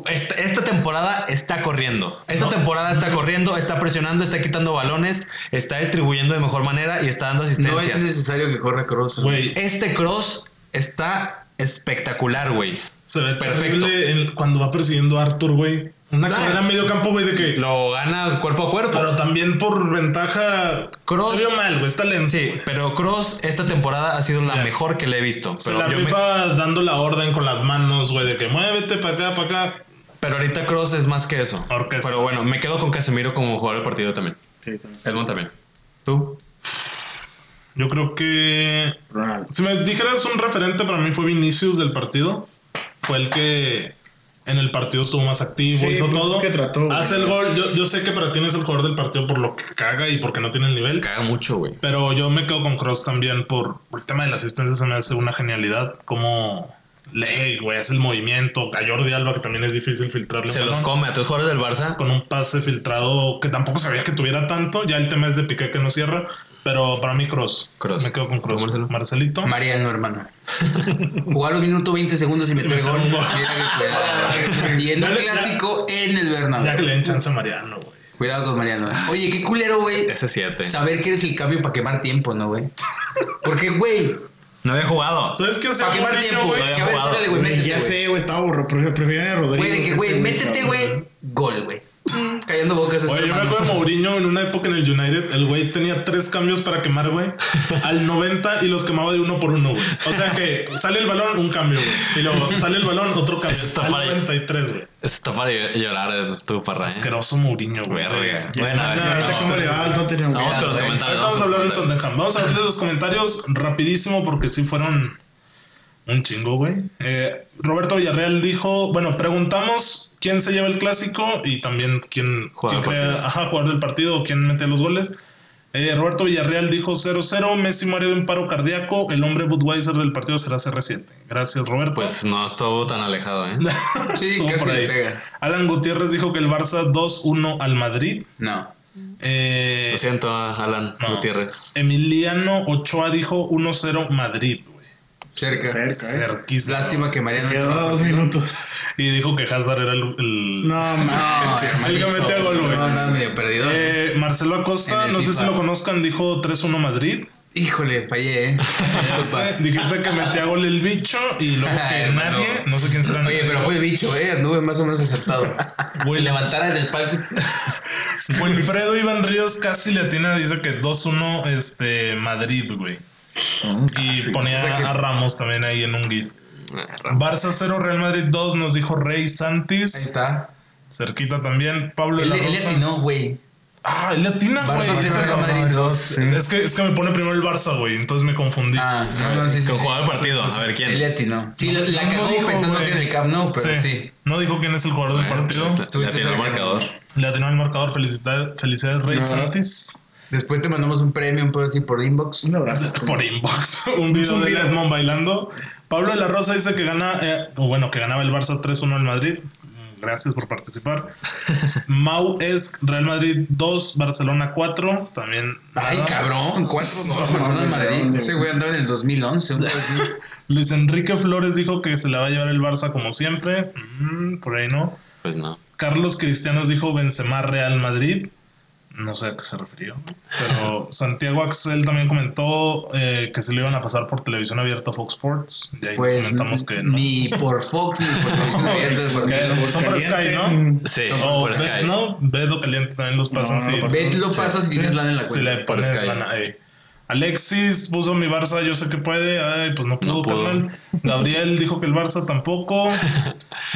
D: Esta, esta temporada está corriendo. Esta
A: No.
D: temporada está corriendo, está presionando, está quitando balones, está distribuyendo de mejor manera y está dando
B: No
D: asistencias.
B: es necesario que corra Cross.
A: Güey,
D: Este Cross está espectacular, güey.
A: se ve
D: perfecto.
A: terrible en- cuando va persiguiendo a Arthur, güey. Una
D: Claro.
A: carrera a medio campo, güey, de que.
D: Lo gana cuerpo a cuerpo.
A: Pero también por ventaja.
D: Cross-
A: Se vio mal, güey. Está lento.
D: Sí,
A: güey.
D: pero Cross esta temporada ha sido la
A: Ya.
D: mejor que le he visto.
A: Se
D: Pero,
A: la
D: yo me-
A: rifa dando la orden con las manos, güey, de que muévete para acá, para acá.
D: pero ahorita Cross es más que eso.
A: Orquesta.
D: Pero bueno, me quedo con Casemiro como jugador del partido también.
C: Sí, también.
D: Edmond también. ¿Tú?
A: Yo creo que.
C: Ronaldo.
A: Si me dijeras un referente, para mí fue Vinicius del partido. Fue el que en el partido estuvo más activo,
C: Sí,
A: hizo
C: pues,
A: todo.
C: es que trató, güey.
A: Hace el gol. Yo, yo sé que para ti no es el jugador del partido por lo que caga y porque no tiene el nivel.
D: Caga mucho, güey.
A: Pero yo me quedo con Cross también por, por el tema de la asistencia. Se me hace una genialidad. Como le, güey, hace el movimiento. A Jordi Alba, que también es difícil filtrarle.
D: Se
A: un
D: los
A: balón,
D: come a tres jugadores del Barça.
A: Con un pase filtrado que tampoco sabía que tuviera tanto. Ya el tema es de Piqué que no cierra. Pero para mí, Cross.
D: Kroos.
A: Me quedo con Cross.
D: Marcelo.
A: Marcelito.
B: Mariano,
A: [LAUGHS]
B: hermano. Jugar un minuto 20 segundos y meter
A: meter
B: gol.
A: un gol.
B: Mira que
A: [LAUGHS]
B: cuidado. Y en
A: No
B: un
A: le-
B: Ah, clásico en
A: [LAUGHS]
B: el
A: ya que
B: Bernabéu.
A: le den chance a Mariano, güey.
B: Cuidado con Mariano. eh. Oye, qué culero, güey.
D: Ese 7.
B: Saber que eres el cambio para quemar tiempo, ¿no, güey? Porque, güey,
D: No había jugado.
A: ¿Sabes qué hacía
B: para quemar
A: Mourinho,
B: tiempo,
A: güey?
B: güey.
D: había
B: Que a ver,
D: jugado.
B: órale, güey,
C: Güey,
B: métete,
C: ya
B: güey.
C: sé, güey, estaba borro. Prefiero prefiero a Rodrigo.
B: Güey, de que,
C: ese
B: güey, métete, güey. Gol, güey. Callando bocas. es
A: Oye, yo me
B: hermano.
A: acuerdo de Mourinho en una época en el United, el güey tenía tres cambios para quemar, güey, al 90 y los quemaba de uno por uno, güey. O sea que sale el balón, un cambio, güey. Y luego sale el balón, otro cambio.
D: Eso está
A: al
D: para-
A: 93, güey.
D: Está para llorar tu parra. ¿eh?
A: Asqueroso Mourinho, güey.
D: Verga.
A: Ya,
D: Bueno, a ver,
A: ya,
D: ya,
A: ahorita
C: Ahorita
D: no.
C: cómo le va al Tottenham. güey.
D: Vamos con los
B: Ahorita
D: comentarios.
A: Ahorita vamos a
D: con
A: hablar
D: los
A: del
D: comentarios.
A: Tottenham. Vamos a hablar de los comentarios rapidísimo porque sí fueron un chingo, güey. Eh, Roberto Villarreal dijo, bueno, preguntamos quién se lleva el clásico y también quién,
D: Juega
A: quién
D: el
A: crea-
D: partido.
A: ajá, jugar del partido o quién mete los goles. Eh, Roberto Villarreal dijo 0-0, Messi muere de un paro cardíaco, el hombre Budweiser del partido será CR7. Gracias, Roberto.
D: Pues no estuvo tan alejado, ¿eh?
B: Sí,
A: Estuvo
B: casi
A: por
B: le
A: ahí.
B: pega.
A: Alan Gutiérrez dijo que el Barça 2-1 al Madrid.
B: No.
A: Eh,
B: Pues
D: Lo siento, Alan
A: no.
D: Gutiérrez.
A: Emiliano Ochoa dijo 1-0 Madrid, güey.
B: Cerca.
C: Cerca, ¿eh?
A: Cerquísimo.
B: Lástima que Mariano.
C: Quedó a dos minutos.
A: Y dijo que Hazard era el. el-
C: No,
B: No,
A: [LAUGHS]
C: man.
A: El que metió gol, güey.
B: No, no, medio perdido.
A: Eh, Marcelo Acosta,
B: En el
A: no sé
B: FIFA.
A: si lo conozcan, dijo 3-1
B: [LAUGHS]
A: Madrid.
B: Híjole, fallé, eh.
A: Dijiste, [LAUGHS]
B: Disculpa.
A: dijiste que metía gol el bicho y luego
B: Ay,
A: que
B: hermano.
A: nadie, no sé quién será.
B: Oye, pero fue bicho, eh. Anduve más o menos acertado.
A: Güey,
B: Si levantara del palco.
A: Wilfredo Iván Ríos casi le atina, dice que 2-1 este, Madrid, güey. Y ponía
B: O sea que-
A: a Ramos también ahí en un GIF.
D: Ah, Ramos.
A: Barça 0, Real Madrid 2, nos dijo Rey
B: Ahí
A: Santis.
B: está.
A: Cerquita también, Pablo
B: Él
A: La
B: él le
A: Rosa.
B: atinó, güey.
A: Ah, el latina, güey.
B: Barça
A: Sí,
B: cero,
A: sí,
B: Real Madrid dos.
A: Es que, es que me pone primero el Barça, güey. Entonces me confundí.
B: Ah, no, no, sí, sí.
D: Que
B: sí.
D: jugaba el partido, a ver quién.
B: Él le atinó. Sí, la, la
A: No
B: cagó
A: dijo,
B: pensando
A: güey.
B: que en el Camp no, pero sí.
A: No dijo quién es el jugador del
D: Bueno,
A: partido.
D: pues, Ya
B: Estuviste
D: tiene el
B: cerca,
D: marcador.
A: Le atinó el marcador. Felicidades, felicidades Rey
C: No.
A: Santis.
B: Después te mandamos un premio, un pedo así por inbox.
C: Un abrazo.
A: Por inbox. [LAUGHS] Un video
C: Un
A: de
C: video.
A: Edmond bailando. Pablo de la Rosa dice que gana, eh, o bueno, que ganaba el Barça 3-1 al Madrid. Mm, Gracias por
B: [LAUGHS]
A: participar. Mau es Real Madrid 2, Barcelona 4. También.
B: Ay,
A: nada.
B: cabrón, cuatro
C: No,
B: dos personas en
C: mames, ¿de
B: Madrid.
C: dónde,
B: Ese
C: güey?
B: güey andaba en el 2011, un pedo así.
A: Luis Enrique Flores dijo que se la va a llevar el Barça como siempre. Mm, por ahí no.
D: Pues no.
A: Carlos Cristianos dijo Benzema Real Madrid. No sé a qué se refirió. Pero Santiago Axel también comentó eh, que se lo iban a pasar por televisión abierta a Fox Sports. Y ahí
B: Pues
A: comentamos que no.
B: ni por Fox ni por Televisión Abierta, es porque
A: Eh,
B: no-
A: son para Sky,
C: Caliente,
A: ¿no?
D: Sí,
A: O
D: por
A: Ve-
D: Sky.
A: Oh, No, Bedo Caliente también los pasan.
C: No,
A: sí.
C: no pasa.
B: Ve, lo pasas y
A: Sí.
B: tienes lana en la
A: Sí,
B: cuenta.
A: le
D: por
A: pone
D: Sky.
A: lana ahí. Alexis puso mi Barça, yo sé que puede. Ay, pues no pudo,
D: No pudo.
A: carnal. Gabriel dijo que el Barça tampoco.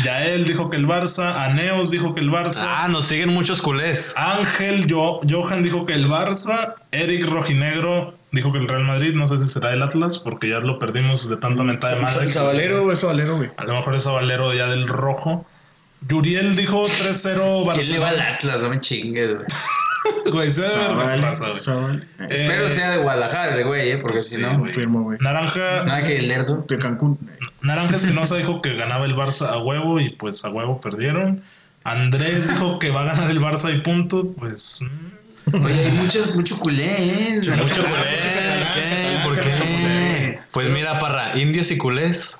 A: Yael dijo que el Barça. Aneos dijo que el Barça.
D: Ah, nos siguen muchos culés.
A: ah, Ángel Yo- Johan dijo que el Barça, Eric Rojinegro dijo que el Real Madrid, no sé si será el Atlas, porque ya lo perdimos de tanta mentada de madre.
C: ¿El
A: que-
C: sabalero o es sabalero, güey?
A: A lo mejor es Valero ya del rojo. Yuriel dijo 3-0
B: ¿Quién le va
A: Barcelona.
B: al Atlas? No me chingues, güey.
A: Güey, se debe haber
C: Sabal,
A: raza, güey.
C: Sabal. Eh,
A: Eh,
B: Espero sea de Guadalajara, el güey, ¿eh? Porque si no,
C: Confirmo, güey.
A: Naranja,
B: nada que el lerdo.
C: De Cancún.
A: Naranja Espinosa dijo que ganaba el Barça a huevo y pues a huevo perdieron. Andrés dijo que va a ganar el Barça y punto. Pues mm,
B: Oye, hay mucho, mucho culé, ¿eh?
D: Mucho
A: catalán,
D: culé.
A: mucho catalán,
D: ¿Qué?
A: catalán,
D: ¿Por
A: mucho
D: qué?
A: culé.
D: Pues mira, parra, indios y culés.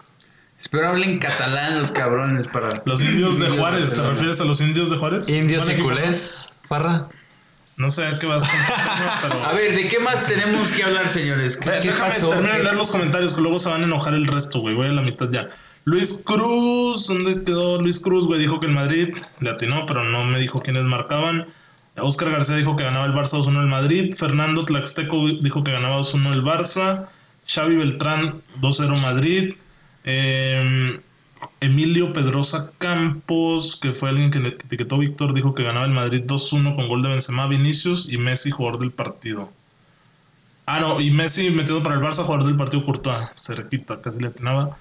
B: Espero hablen catalán los cabrones para...
A: los indios de
B: Indios
A: Juárez, ¿te
B: Barcelona.
A: refieres a los indios de Juárez?
D: Indios
A: Buen
D: y
A: equipo.
D: culés, parra.
A: No sé a qué vas con pero-
B: [LAUGHS] A ver, ¿de qué más tenemos que hablar, señores? ¿Qué,
A: Ve,
B: qué
A: déjame
B: pasó?
A: terminar de
B: ¿Qué-
A: leer los comentarios que luego se van a enojar el resto, güey. Voy a la mitad ya. Luis Cruz, ¿dónde quedó Luis Cruz, güey? Dijo que el Madrid le atinó, pero no me dijo quiénes marcaban. Óscar García dijo que ganaba el Barça 2-1 el Madrid. Fernando Tlaxteco dijo que ganaba 2-1 el Barça. Xavi Beltrán 2-0 Madrid. Eh, Emilio Pedrosa Campos, que fue alguien que le etiquetó a Víctor, dijo que ganaba el Madrid 2-1 con gol de Benzema, Vinicius y Messi, jugador del partido. Ah, no, y Messi metido para el Barça, jugador del partido Courtois, cerquita, casi le atinaba.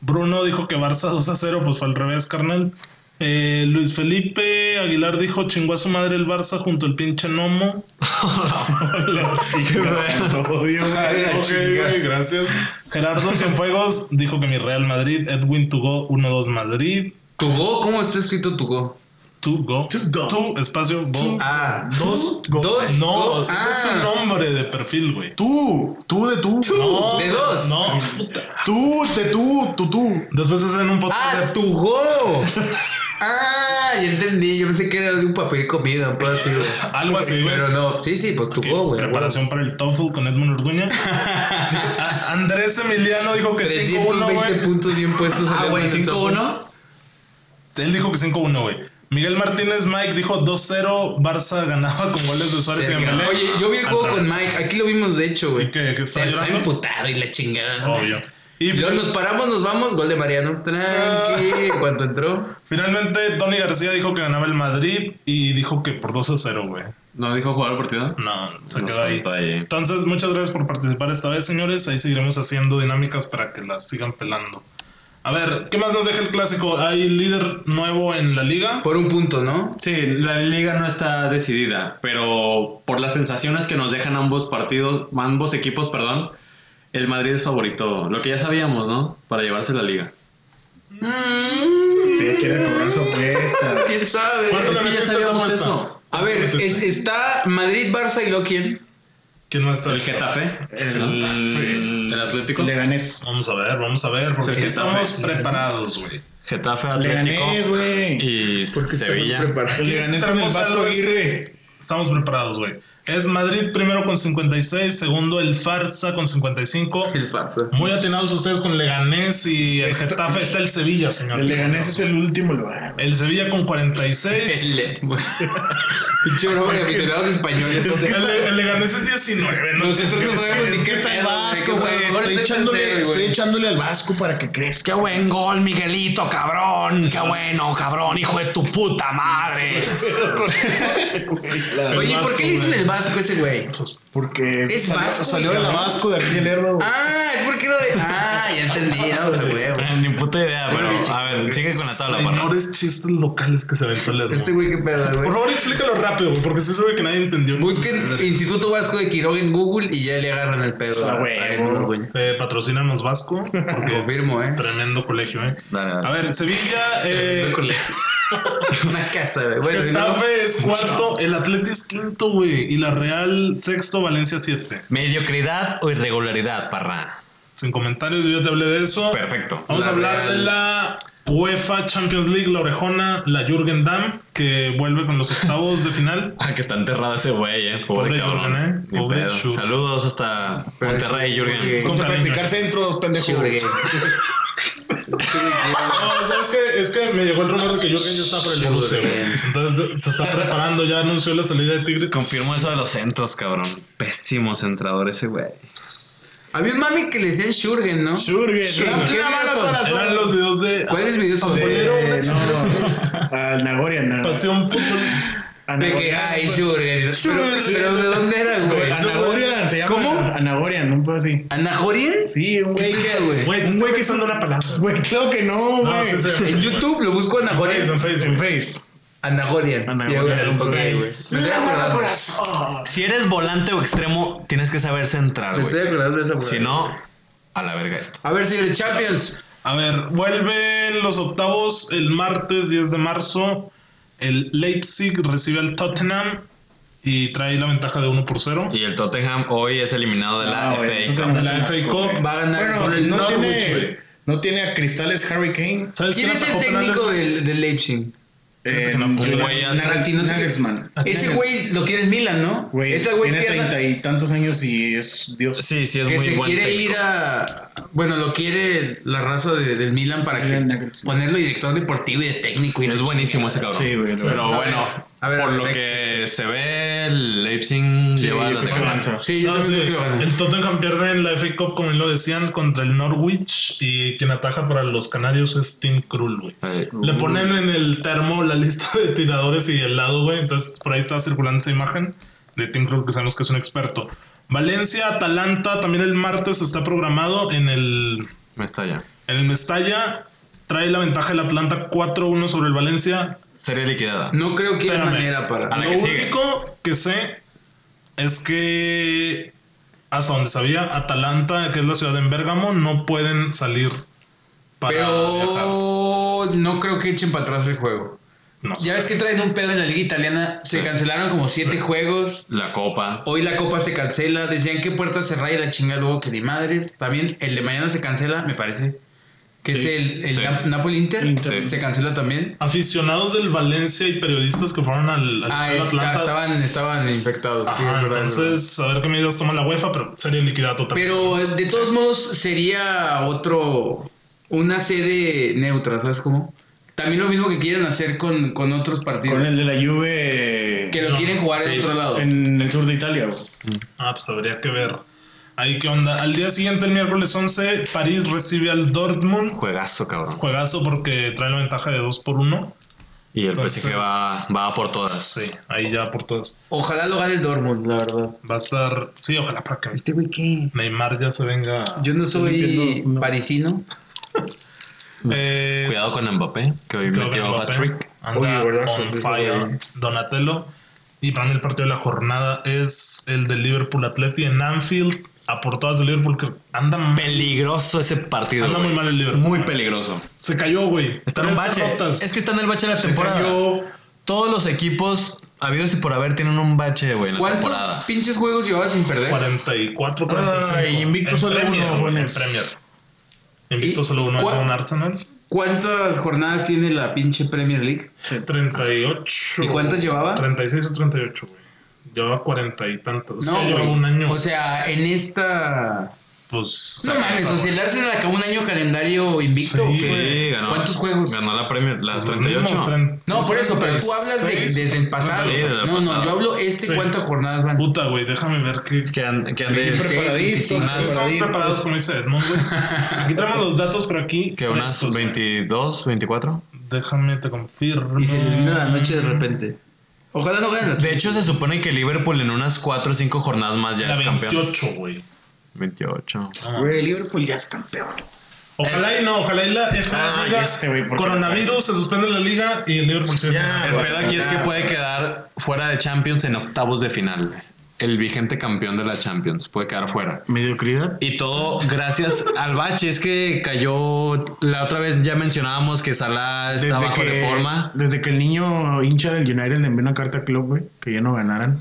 A: Bruno dijo que Barça [LAUGHS] 2 a 0, pues fue al revés, carnal. Eh, Luis Felipe Aguilar dijo chingó a su madre el Barça junto al pinche [LAUGHS] Nomo. La chingada.
C: Todo Dios, güey, la
A: Ok,
C: chinga.
A: güey, gracias. Gerardo Cienfuegos dijo que mi Real Madrid, Edwin Tugó 1-2 Madrid.
B: ¿Tugó? ¿Cómo está escrito Tugó?
A: Tugó.
C: Tugó.
A: Tu, espacio, go.
B: Ah,
C: Dos,
B: dos,
A: No,
B: go-
A: ese
B: ah,
A: es su nombre de perfil, güey.
C: Tú, tú de tú.
A: No,
B: de dos.
A: No.
C: Tú de tú, tú, tú.
A: Después hacen un podcast
B: Ah,
A: de
B: Tugó.
A: [LAUGHS]
B: ah, ya entendí. Yo pensé que era algún papel comida, un pedo así, güey.
A: Algo así, güey.
B: Pero no, sí, sí, pues Tugó, güey.
A: Preparación para el TOEFL con Edmund
B: [LAUGHS]
A: Orduña. A- Andrés Emiliano dijo que 5-1,
B: 320
A: güey.
B: puntos bien puestos.
C: Ah, güey,
B: 5-1.
A: Él dijo que 5-1, güey. Miguel Martínez Mike dijo 2-0. Barça ganaba con goles de Suárez y
B: Cerca.
A: Dembélé.
B: Oye, yo vi el juego
A: Al
B: con
A: revés.
B: Mike. Aquí lo vimos, de hecho, güey.
A: ¿Y qué? ¿Que está
B: Se está
A: llorando?
B: imputado y la chingada. ¿no?
A: Obvio. Y
B: Y luego nos paramos, nos vamos. Gol de Mariano.
A: Ah.
B: Tranqui. Cuando entró,
A: finalmente Tony García dijo que ganaba el Madrid y dijo que por 2-0, güey.
E: ¿No dijo jugar el partido?
A: No, se
E: Nos
A: quedó ahí.
E: faltó ahí.
A: Entonces, muchas gracias por participar esta vez, señores. Ahí seguiremos haciendo dinámicas para que las sigan pelando. A ver, ¿qué más nos deja el clásico? Hay líder nuevo en la liga.
D: Pues,
B: por un punto, ¿no?
D: Sí, la liga no está decidida, pero por las sensaciones que nos dejan ambos partidos, ambos equipos, perdón, el Madrid es favorito, lo que ya sabíamos, ¿no? Para llevarse la liga.
A: Mm.
C: Sí, quiere cobrar su apuesta.
B: ¿Quién sabe?
A: ¿Cuánto
D: sí,
A: le
D: ya
A: metiste a esa
D: sabíamos
A: apuesta?
D: eso.
B: A ver,
A: Entonces,
B: es- está Madrid, Barça y luego quién.
A: ¿Quién va a estar?
D: El Getafe,
A: El-
D: el Atlético.
C: Le ganes.
A: Vamos a ver, vamos a ver, porque
D: El
A: aquí
D: Getafe.
A: estamos preparados, güey.
D: Getafe,
C: Le
D: Atlético
C: ganes, güey.
D: y Sevilla.
C: Le ganes con el
A: Estamos
C: Vasco
A: al oeste.
C: Aguirre.
A: Estamos preparados, güey. Es Madrid primero con 56, segundo el Farsa con 55.
B: El Barça.
A: Muy atinados ustedes con Leganés y el Getafe. Está el Sevilla, señor.
C: El Leganés es el último lugar.
A: El Sevilla con 46.
B: El [LAUGHS] Pinche broma de aficionados españoles.
A: El, el Leganés es 19. No sé
B: Nosotros no sabemos ni qué está el Vasco, güey.
C: Estoy
B: Ahorita
C: echándole,
B: tercero, güey.
C: estoy echándole al Vasco para que crezca.
F: ¡Qué buen gol, Miguelito, cabrón! ¡Qué bueno, cabrón, hijo de tu puta madre!
B: Oye, ¿por qué le dicen el Vasco a ese güey?
C: Porque
B: Es
C: salió,
B: vasco,
C: salió de la
B: cabrón.
C: Vasco de aquí el Lerdo. güey.
B: Ah, es porque era de. Ah, ya entendí. No, o sea, güey. güey.
D: [LAUGHS] Ni puta idea, pero a ver, sigue con la tabla, parra.
A: Señores chistes locales que se aventó el Edmo.
B: Este güey, qué pedo,
A: Por
B: güey.
A: favor, explícalo rápido, güey, porque estoy seguro que nadie entendió.
B: Busquen Instituto Vasco de Quiroga en Google y ya le agarran el pedo.
C: Ah,
B: a-
C: güey,
B: a él,
C: güey.
B: ¿no, güey?
A: Eh, patrocínanos Vasco,
B: [LAUGHS]
A: porque
B: Confirmo, ¿eh?
A: tremendo colegio, eh.
E: Dale, dale.
A: A ver, Sevilla, eh,
B: Es una casa, güey. Bueno, y luego-
A: Getafe es cuarto, el Atleti es quinto, güey, y la Real sexto, Valencia siete.
D: Mediocridad o irregularidad, parra.
A: Sin comentarios, yo ya te hablé de eso.
D: Perfecto.
A: Vamos
B: La
A: a hablar
B: Real.
A: de la UEFA Champions League, la orejona, la Jürgen Damm, que vuelve con los octavos de
D: [LAUGHS]
A: final.
D: Ah, que está enterrado ese güey, eh.
A: Pobre
D: Pobre, cabrón.
A: Jürgen, eh.
D: Ni
A: Pobre
D: pedo.
A: Schu.
D: Saludos hasta
B: Pero
D: Monterrey,
B: sí,
D: Jürgen.
B: Jürgen.
A: Con
C: Contra
A: cariño.
C: practicar centros, pendejo.
A: No, ¿sabes qué? Es que me llegó el rumor de que Jürgen ya está para el Borussia, güey. Entonces se está preparando, ya anunció la salida de Tigres.
D: Confirmo eso de los centros, cabrón. Pésimo centrador ese güey.
B: Había un mami que le decían Shurgen, ¿no?
C: Shurgen,
B: Shurgen.
C: dame la mano,
B: Eran
C: corazón.
A: Eran los videos de
B: ¿Cuáles videos son?
A: Pero una
C: Eh, no, al Nagorian. no.
F: Pues,
A: Pasión Fútbol.
C: A
B: De
C: Nagorian.
B: que, ay, Shurgen. Pero, pero ¿de dónde era, güey?
A: Pues,
C: A Nagorian, se llama.
B: ¿Cómo?
C: A Nagorian, un poco así.
B: ¿Anajorien?
C: Sí, un
B: ¿Qué
C: güey
B: es eso,
C: que.
B: güey?
A: Güey, te
C: Un güey
A: estoy
C: que son
A: metiendo una palabra.
C: Güey, claro que
A: No,
C: no, güey.
A: sí, sí.
B: En YouTube lo busco Anajorien.
A: En Facebook.
C: En Face.
B: Anajorian.
C: Anajorian,
B: Ya, güey,
C: ok.
B: ok, güey. Me estoy acordando.
C: corazón.
D: Si eres volante o extremo, tienes que saber centrar,
B: Me estoy
D: güey.
B: acordando de esa
D: Si
B: palabra.
D: no, a la verga esto.
B: A ver, señores, Champions.
A: A ver, vuelven los octavos el martes 10 de marzo. El Leipzig recibe al Tottenham y trae la ventaja de 1 por 0.
D: Y el Tottenham hoy es eliminado de la
C: Ah, güey,
D: FA
C: tú
D: Cup.
C: te
A: La
C: emocionas,
A: FA Cup.
C: güey.
B: Va a ganar
C: Bueno,
B: con
C: si
B: el
C: no
B: Norwich,
C: tiene,
B: güey.
C: no tiene a cristales Harry Kane.
A: ¿Sabes
B: ¿Quién es el
A: atajó
B: técnico
A: penales?
B: del, del Leipzig?
C: Eh,
A: Un
C: yo-
D: güey,
C: Nagel-
B: Tarantino, sí.
C: Nagelsmann.
B: Ese güey lo quiere en Milan, ¿no?
C: Güey,
B: Ese güey
C: tiene
B: quiere-
C: treinta y tantos años y es Dios.
D: Sí, sí, es
B: que
D: muy
B: se
D: buen
B: quiere
D: técnico.
B: ir a bueno lo quiere la raza de- del Milan para que
C: Milan Nagelsmann.
B: ponerlo director deportivo y de técnico y
D: Es
B: la
D: buenísimo ese cabrón.
C: Sí, güey, la
D: Pero
B: verdad.
D: bueno,
B: A ver, a
D: por
B: ver,
D: lo
B: Alexis,
D: que se ve, el Leipzig
B: Sí,
D: lleva
B: yo
D: las de
B: creo
C: que
D: ganar.
C: avanza.
B: chingada. sí yo
A: No,
B: también
A: sí,
B: creo que lo gana
A: el Tottenham pierde en la FA Cup, como lo decían, contra el Norwich. Y quien ataja para los canarios es Tim Krul, güey.
D: Eh,
A: Le ponen en el termo la lista de tiradores y el lado, güey. Entonces, por ahí está circulando esa imagen de Tim Krul, que sabemos que es un experto. Valencia, Atalanta, también el martes está programado en el,
D: Me está ya.
A: en el Mestalla. Trae la ventaja el Atlanta 4-1 sobre el Valencia.
D: Sería liquidada.
B: no creo que haya
A: Espérame.
B: manera
D: A
B: para
D: la
A: Lo
D: que sigue.
A: único que sé es que hasta donde sabía, Atalanta, que es la ciudad en Bérgamo, no pueden salir para viajar.
B: pero no creo que echen para atrás el juego
A: No sé.
B: ya ves que traen un pedo en la liga italiana se
D: Sí.
B: cancelaron como siete juegos
D: La copa.
B: Hoy la copa se cancela, decían que puerta se raya la chinga luego que ni madres. También el de mañana se cancela, me parece. Que es
A: Sí,
B: el, el
D: sí.
B: Nap- Napoli Inter,
C: Inter.
B: se cancela también.
A: aficionados del Valencia y periodistas que fueron al, al
B: Ah,
A: estadio
B: eh,
A: Atlanta.
B: estaban, estaban infectados. sí,
A: Ajá,
B: es verdad, es verdad.
A: entonces, a ver qué medidas toma la UEFA, pero sería liquidada totalmente.
B: Pero de todos modos sería otro, una sede neutra, ¿sabes cómo? También lo mismo que quieren hacer con, con otros partidos.
C: Con el de la Juve
B: que lo
A: No,
B: quieren jugar en otro lado.
C: en el sur de Italia. güey.
A: Ah, pues habría que ver. Ahí qué onda. Al día siguiente, el miércoles 11, París recibe al Dortmund.
D: Juegazo, cabrón.
A: Juegazo porque trae la ventaja de 2 por 1.
D: Y el
B: Pues,
A: Entonces-
D: PSG va, va a por todas.
A: Sí, ahí ya por todos.
B: Ojalá lo gane el Dortmund, la verdad.
A: Va a estar. Sí, ojalá para que
B: Este güey qué.
A: Neymar ya se venga.
B: Yo no soy
C: entiendo, no.
B: parisino.
A: Eh,
D: Cuidado con Mbappé, que hoy
A: Creo que
D: metió
A: Mbappé
D: hat trick.
A: Anda
B: Oye, golazo, sí,
A: on
B: sí,
A: fire.
B: güey.
A: Donatello. Y para mí el partido de la jornada es el del Liverpool Atleti en Anfield. A por todas del Liverpool que anda mal.
D: Peligroso ese partido.
A: Anda muy
D: güey.
A: mal el Liverpool.
D: Muy peligroso.
A: Se cayó, güey.
D: Está en un
A: Tres
D: bache.
A: derrotas.
D: Es que está en el bache de la temporada.
A: cayó.
D: Todos los equipos habidos y por haber tienen un bache, güey, en la
B: ¿Cuántos
D: temporada.
B: pinches juegos llevabas sin perder?
A: 44, 45.
C: Ay, invicto
A: En
C: solo
A: Premier,
C: uno,
A: güey, En
C: jóvenes.
A: Premier. Invicto
B: ¿Y
A: solo uno
B: cuál-
A: en un Arsenal.
B: ¿Cuántas jornadas tiene la pinche Premier League?
A: 38.
B: ¿Y cuántas llevaba?
A: 36 o 38, güey. Llevaba 40 y tantos. No, llevaba
B: güey.
A: un año.
B: O sea, en esta.
A: pues.
B: No mames, o sea, el Arsenal acabó un año calendario invicto.
A: Sí,
B: ¿o qué?
D: Sí, ganó.
B: ¿Cuántos juegos?
D: Ganó la Premier, las
A: los mismos
D: 38.
A: tren-
B: No, por eso, pero tú hablas de-
A: 36.
B: desde el pasado.
D: Sí, desde
B: no,
D: el
B: no,
D: pasado.
B: yo hablo este
A: Sí.
B: cuántas jornadas van.
A: Puta, güey, déjame ver qué.
D: Que han, que han de-
B: 26,
C: preparaditos,
B: 25.
D: unas-
A: Estamos
C: Preparaditos.
A: preparados como dice Edmond,
B: [LAUGHS]
A: güey. Aquí traemos los datos, pero aquí.
D: que unas
A: frescos, güey.
D: 22, 24.
A: Déjame te confirmo.
B: Y se les vino la noche de repente. Ojalá no ganen.
D: De hecho, se supone que Liverpool en unas 4 o 5 jornadas más ya
A: La
D: es campeón.
A: 28, güey.
D: 28.
A: Ah.
C: Güey, Liverpool ya es campeón.
A: Ojalá y no, ojalá y la FA
C: Ah,
A: diga,
C: ya este, güey, porque-
A: coronavirus, se suspende la liga y el Liverpool se
C: Ya,
D: El
C: güey.
D: pedo aquí es que
A: Ah.
C: Ya,
D: puede
C: güey.
D: quedar fuera de Champions en octavos de final. El vigente campeón de la Champions puede quedar fuera.
C: Mediocridad.
D: Y todo
A: [LAUGHS]
D: gracias al bache. Es que cayó. La otra vez ya mencionábamos que Salah está bajo de forma.
C: desde que el niño hincha del United le envió una carta al club, güey, que ya no [LAUGHS] ganaran.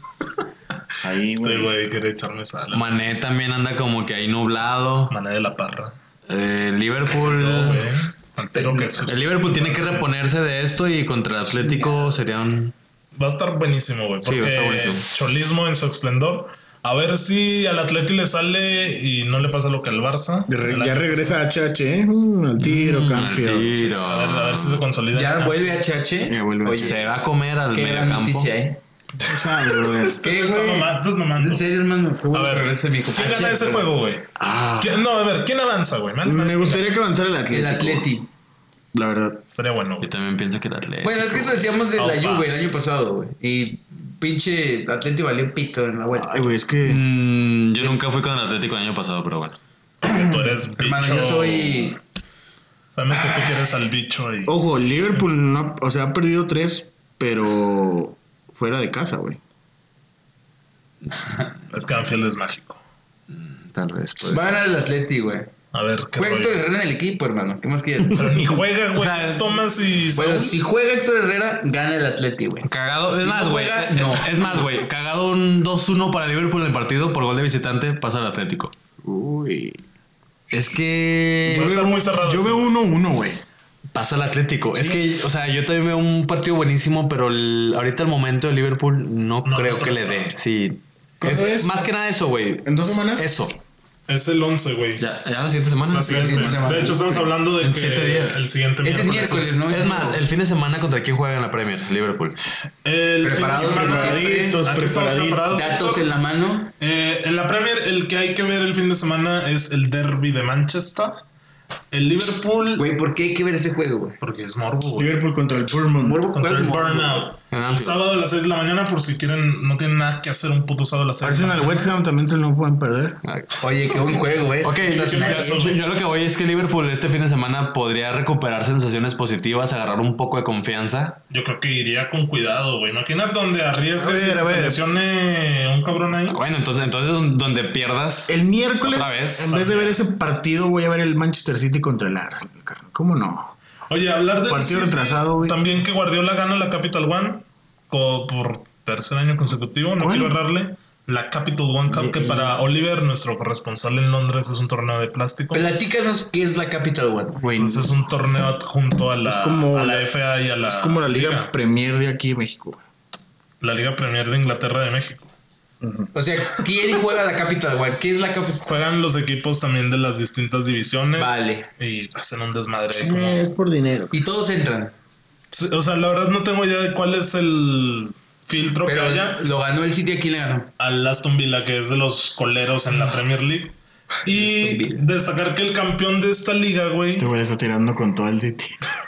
C: Ahí,
A: Este
C: güey.
A: güey quiere echarme sal.
D: Mané también anda como que ahí nublado.
A: Maná de la parra.
D: Eh,
A: No,
D: Liverpool.
A: güey. Antero Jesús.
D: El Liverpool tiene que reponerse de esto y contra el Atlético sería un...
A: Va a estar buenísimo, güey.
D: Sí, va a
A: Porque
D: estar buenísimo.
A: cholismo en su esplendor. A ver si al Atleti le sale y no le pasa lo que al Barça. El
G: Re- ya
A: año
G: regresa HH, ¿eh? Mm, al tiro,
C: [LAUGHS]
D: al
G: campeón.
D: tiro.
A: pasado. A ver, a ver si se consolida.
B: Ya vuelve a Chache.
C: Ya vuelve a
B: Oye,
D: Se va a comer al
B: qué gran
D: mediocampo.
B: noticia, ¿eh?
C: Sabe, brother.
B: ¿Qué,
A: Estás
B: güey?
A: nomás- estás nomás,
B: En serio, hermano. Qué bueno
A: A
B: que
A: ver,
B: regrese mi
A: ¿Quién
B: compa-
A: gana ese juego, güey?
D: Ah, Mm.
A: ¿Quién- No, a ver, ¿quién avanza, güey? Me- me-
C: Mm, Me gustaría que avanzara el
B: El
C: Atlético.
B: Atleti.
C: La verdad.
A: Estaría bueno, güey.
D: yo también pienso que el Atlético.
B: Bueno, es que eso decíamos de la
A: Opa.
B: Juve el año pasado, güey. Y pinche Atleti valió pito en la vuelta.
C: Ay, güey, es que.
D: Mm, yo nunca fui con el Atlético el año pasado, pero bueno.
A: Porque tú eres bicho.
B: Hermano, yo soy...
A: Sabemos que tú quieres al bicho
D: Oh.
A: y...
C: Ojo, Liverpool no. O sea, ha perdido tres, pero. Fuera de casa, güey.
A: Es que Anfield es mágico.
D: Tal vez. pues.
B: Van al Atleti, güey.
A: A ver, qué
B: Juega Héctor
A: rollo.
B: Herrera en el equipo, hermano. ¿Qué más quieres?
A: Pero ni juega, güey.
D: [LAUGHS] O sea,
A: es Thomas y...
B: Bueno,
A: Saúl.
B: si juega Héctor Herrera, gana el Atleti, güey.
D: Cagado, es
B: Si
D: más,
B: no
D: güey.
B: juega,
D: eh,
B: no.
D: Es más, güey. Cagado un 2-1 para Liverpool en el partido por gol de visitante, pasa al Atlético.
C: Uy.
D: Es que.
A: Va a estar muy cerrado.
C: Yo
A: sí.
C: veo uno, uno, güey.
D: Pasa al Atlético. Es que, o sea, yo también veo un partido buenísimo, pero el- ahorita el momento de Liverpool no,
A: No,
D: creo
A: no
D: que le
A: presta.
D: dé. Sí.
G: ¿Cuándo es?
D: Más que nada eso, güey.
G: ¿En dos semanas?
D: Eso.
A: Es el 11, güey.
D: Ya, ya la siguiente semana.
A: La siguiente
B: siguiente
A: semana.
B: semana.
A: De hecho, estamos hablando de
D: En
A: que
D: siete días.
A: el siguiente
B: Ese miércoles, ¿no?
D: Es más, el fin de semana contra quién juega en la Premier, Liverpool.
A: El
B: Preparados,
A: fin de semana-
B: preparaditos,
A: Aquí estamos
G: preparaditos.
A: preparados.
B: Datos en la mano.
A: Eh, en la Premier, el que hay que ver el fin de semana es el Derby de Manchester. El Liverpool.
B: Güey, ¿por qué hay que ver ese juego, güey?
A: Porque es morbo, güey.
C: Liverpool contra el Bournemouth.
B: Morbo
A: Contra el
B: Cuervo.
A: Burnout.
D: En
A: El
D: Anfield.
A: sábado a las 6 de la mañana, por si quieren, no tienen nada que hacer un puto sábado a las 6.
C: Arsenal West Ham también te lo pueden perder.
D: Ay.
B: Oye, qué buen juego, eh. güey.
D: Ok, yo,
A: Entonces, nadie-
D: yo- yo lo que voy es que Liverpool este fin de semana podría recuperar sensaciones positivas, agarrar un poco de confianza.
A: Yo creo que iría con cuidado, güey. Imagínate donde arriesgues
C: A
A: y
C: ver,
A: se
C: a
A: te
C: ver.
A: lesione un cabrón ahí.
D: Bueno, entonces, entonces don- donde pierdas.
C: El miércoles,
D: Otra vez.
C: en vez de ver ese partido, voy a ver el Manchester City contra el Arsenal. carnal. ¿Cómo no?
A: Oye, hablar de.
C: Partido retrasado, güey.
A: También que Guardiola gana la Capital One co- por tercer año consecutivo. No
C: ¿Cuál? Eh,
A: quiero errarle. La Capital One Cup, que para Oliver, nuestro corresponsal en Londres, es un torneo de plástico.
B: Platícanos qué es la Capital One.
C: Güey,
A: Entonces es un torneo adjunto a la,
C: Es como
A: a la
C: la-
A: FA y a la.
C: es como la Liga Premier de aquí de México. güey.
A: la Liga Premier de Inglaterra de México.
B: O sea, ¿quién juega la Capital One? ¿Qué es la Capital
A: Juegan los equipos también de las distintas divisiones.
B: Vale.
A: Y hacen un desmadre. ahí como-
G: Eh, es por dinero.
B: Y todos entran.
A: O sea, la verdad no tengo idea de cuál es el filtro
B: Pero
A: que haya.
B: lo ganó el City, ¿a quién le ganó?
A: al Aston Villa, que es de los coleros en la Premier League. Y
B: Aston Villa.
A: destacar que el campeón de esta liga, güey.
C: Este güey está tirando con todo el City.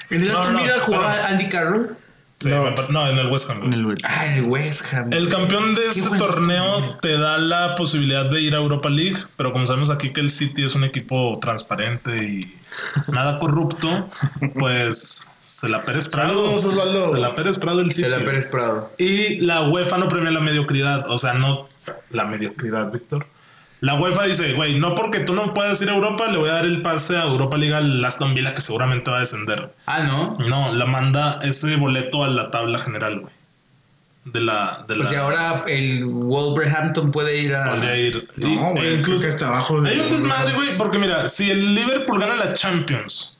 B: ¿En el
A: No,
B: Aston
A: no,
B: Villa
A: no,
B: jugaba
A: pero-
B: Andy Carroll?
A: Sí, me par- no, en el West Ham. güey.
C: [LAUGHS] En el-
B: Ah, el West Ham.
A: El campeón de este
B: bueno
A: torneo te da la posibilidad de ir a Europa League, pero como sabemos aquí que el City es un equipo transparente y nada corrupto, pues se la
B: [LAUGHS]
A: Pérez Prado.
G: Saludos, Osvaldo.
A: Se la Pérez Prado el City.
B: Se la Pérez Prado.
A: Y la UEFA no premia la mediocridad, o sea, no la mediocridad, Víctor. La UEFA dice, güey, no porque tú no puedas ir a Europa, le voy a dar el pase a Europa League al Aston Villa que seguramente va a descender.
B: Ah, ¿no?
A: No, la manda ese boleto a la tabla general, güey. De la... De la
B: O sea, Pues ahora el Wolverhampton puede ir a...
A: podría ir. Y-
C: No,
A: e
C: güey, incluso
A: incluso-
C: eh, hasta abajo. de-
A: Hay un desmadre, güey, porque mira, si el Liverpool gana la Champions,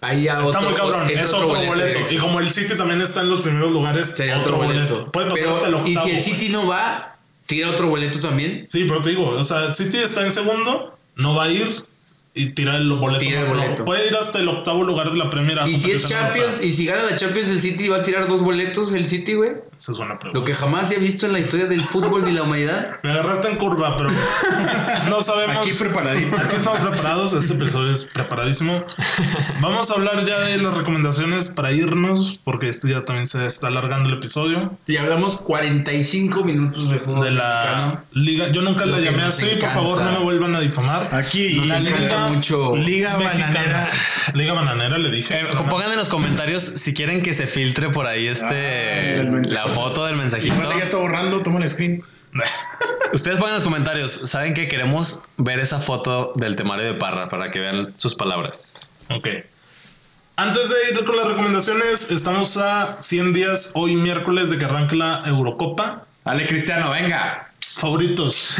B: Ahí a
A: está
B: otro-
A: muy cabrón, es, otro, boleto.
B: directo.
A: Y como el City también está en los primeros lugares,
B: Sería otro, boleto.
A: Puede pasar
B: Pero,
A: hasta el
B: y
A: octavo,
B: si el
A: güey.
B: City no va, tira otro boleto también.
A: Sí, pero te digo, o sea, City está en segundo, no va a ir y tira el boleto.
B: Tira el
A: más
B: boleto.
A: bajo. Puede ir hasta el octavo lugar de la Premier. a
B: Y si es
A: competición
B: Champions,
A: europea.
B: y si gana la Champions el City, va a tirar dos boletos el City, güey.
A: Esa es buena pregunta.
B: Lo que jamás se ha visto en la historia del fútbol ni la humanidad.
A: Me agarraste en curva,
B: [LAUGHS]
A: pero no sabemos.
G: Aquí preparadito.
A: Aquí estamos preparados, este episodio es
B: [LAUGHS]
A: preparadísimo. Vamos a hablar ya de las recomendaciones para irnos, porque este ya también se está alargando el episodio.
B: Y hablamos 45 minutos de fútbol
A: De la
B: mexicano.
A: liga, yo nunca
B: Lo
A: la
B: que
A: llamé
B: nos
A: así, por
B: encanta.
A: favor no me vuelvan a difamar.
C: Aquí.
B: Nos
A: La
B: encanta
A: liga
B: mucho.
C: Liga
A: Mexicana.
C: Bananera.
A: Liga bananera le dije.
D: Eh, pongan en los comentarios si quieren que se filtre por ahí este
C: Ah, el mensajito.
D: la foto del mensajito.
C: Espérate, ya está borrando, toma el screen.
D: Ustedes pongan en los comentarios, saben que queremos ver esa foto del temario de Parra para que vean sus palabras.
A: Ok. Antes de ir con las recomendaciones, estamos a 100 días hoy miércoles de que arranque la Eurocopa.
E: Dale, Cristiano, venga.
A: Favoritos.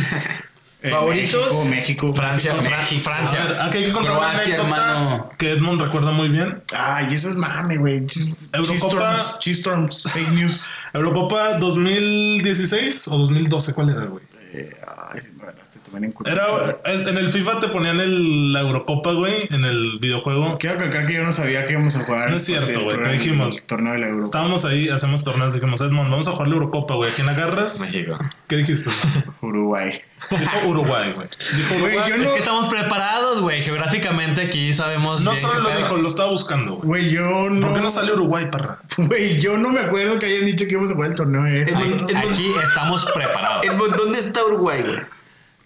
C: Eh,
B: ¿Favoritos?
C: México, México.
D: Francia, Fra- Francia.
A: A ver, aquí hay que contar
B: Croacia,
A: una anécdota
B: hermano.
A: que Edmond recuerda muy bien.
C: Ay, eso es mame, güey. Chis-
A: Eurocopa.
C: Cheestorms, Cheestorms, fake news. [LAUGHS]
A: Eurocopa 2016 o 2012, ¿cuál era, güey?
C: Eh, ay, si me ganaste, tomen en cuenta.
A: Era, en el FIFA te ponían el, la Eurocopa, güey, en el videojuego.
C: Quiero calcar que yo no sabía que íbamos a jugar.
A: No es cierto,
C: el-
A: güey,
C: el-
A: te dijimos.
C: el torneo de la Euro.
A: Estábamos ahí, hacemos torneos, dijimos, Edmond, vamos a jugar la Eurocopa, güey. ¿A quién agarras?
D: México.
A: ¿Qué dijiste? man?
C: Uruguay.
A: Dijo Uruguay, güey. Dijo
C: Güey,
A: Uruguay.
C: yo
D: Es
C: no.
D: que estamos preparados, güey. Geográficamente aquí sabemos.
A: No
D: bien
A: solo
D: qué
A: lo
D: pedo.
A: dijo, lo estaba buscando, güey.
C: Güey, yo no.
A: ¿Por qué no sale Uruguay, parra?
C: [LAUGHS] Güey, yo no me acuerdo que hayan dicho que íbamos a jugar el torneo de ese.
D: Ay,
B: Edmond-
D: Aquí estamos preparados.
B: Edmond, ¿Dónde está Uruguay, güey?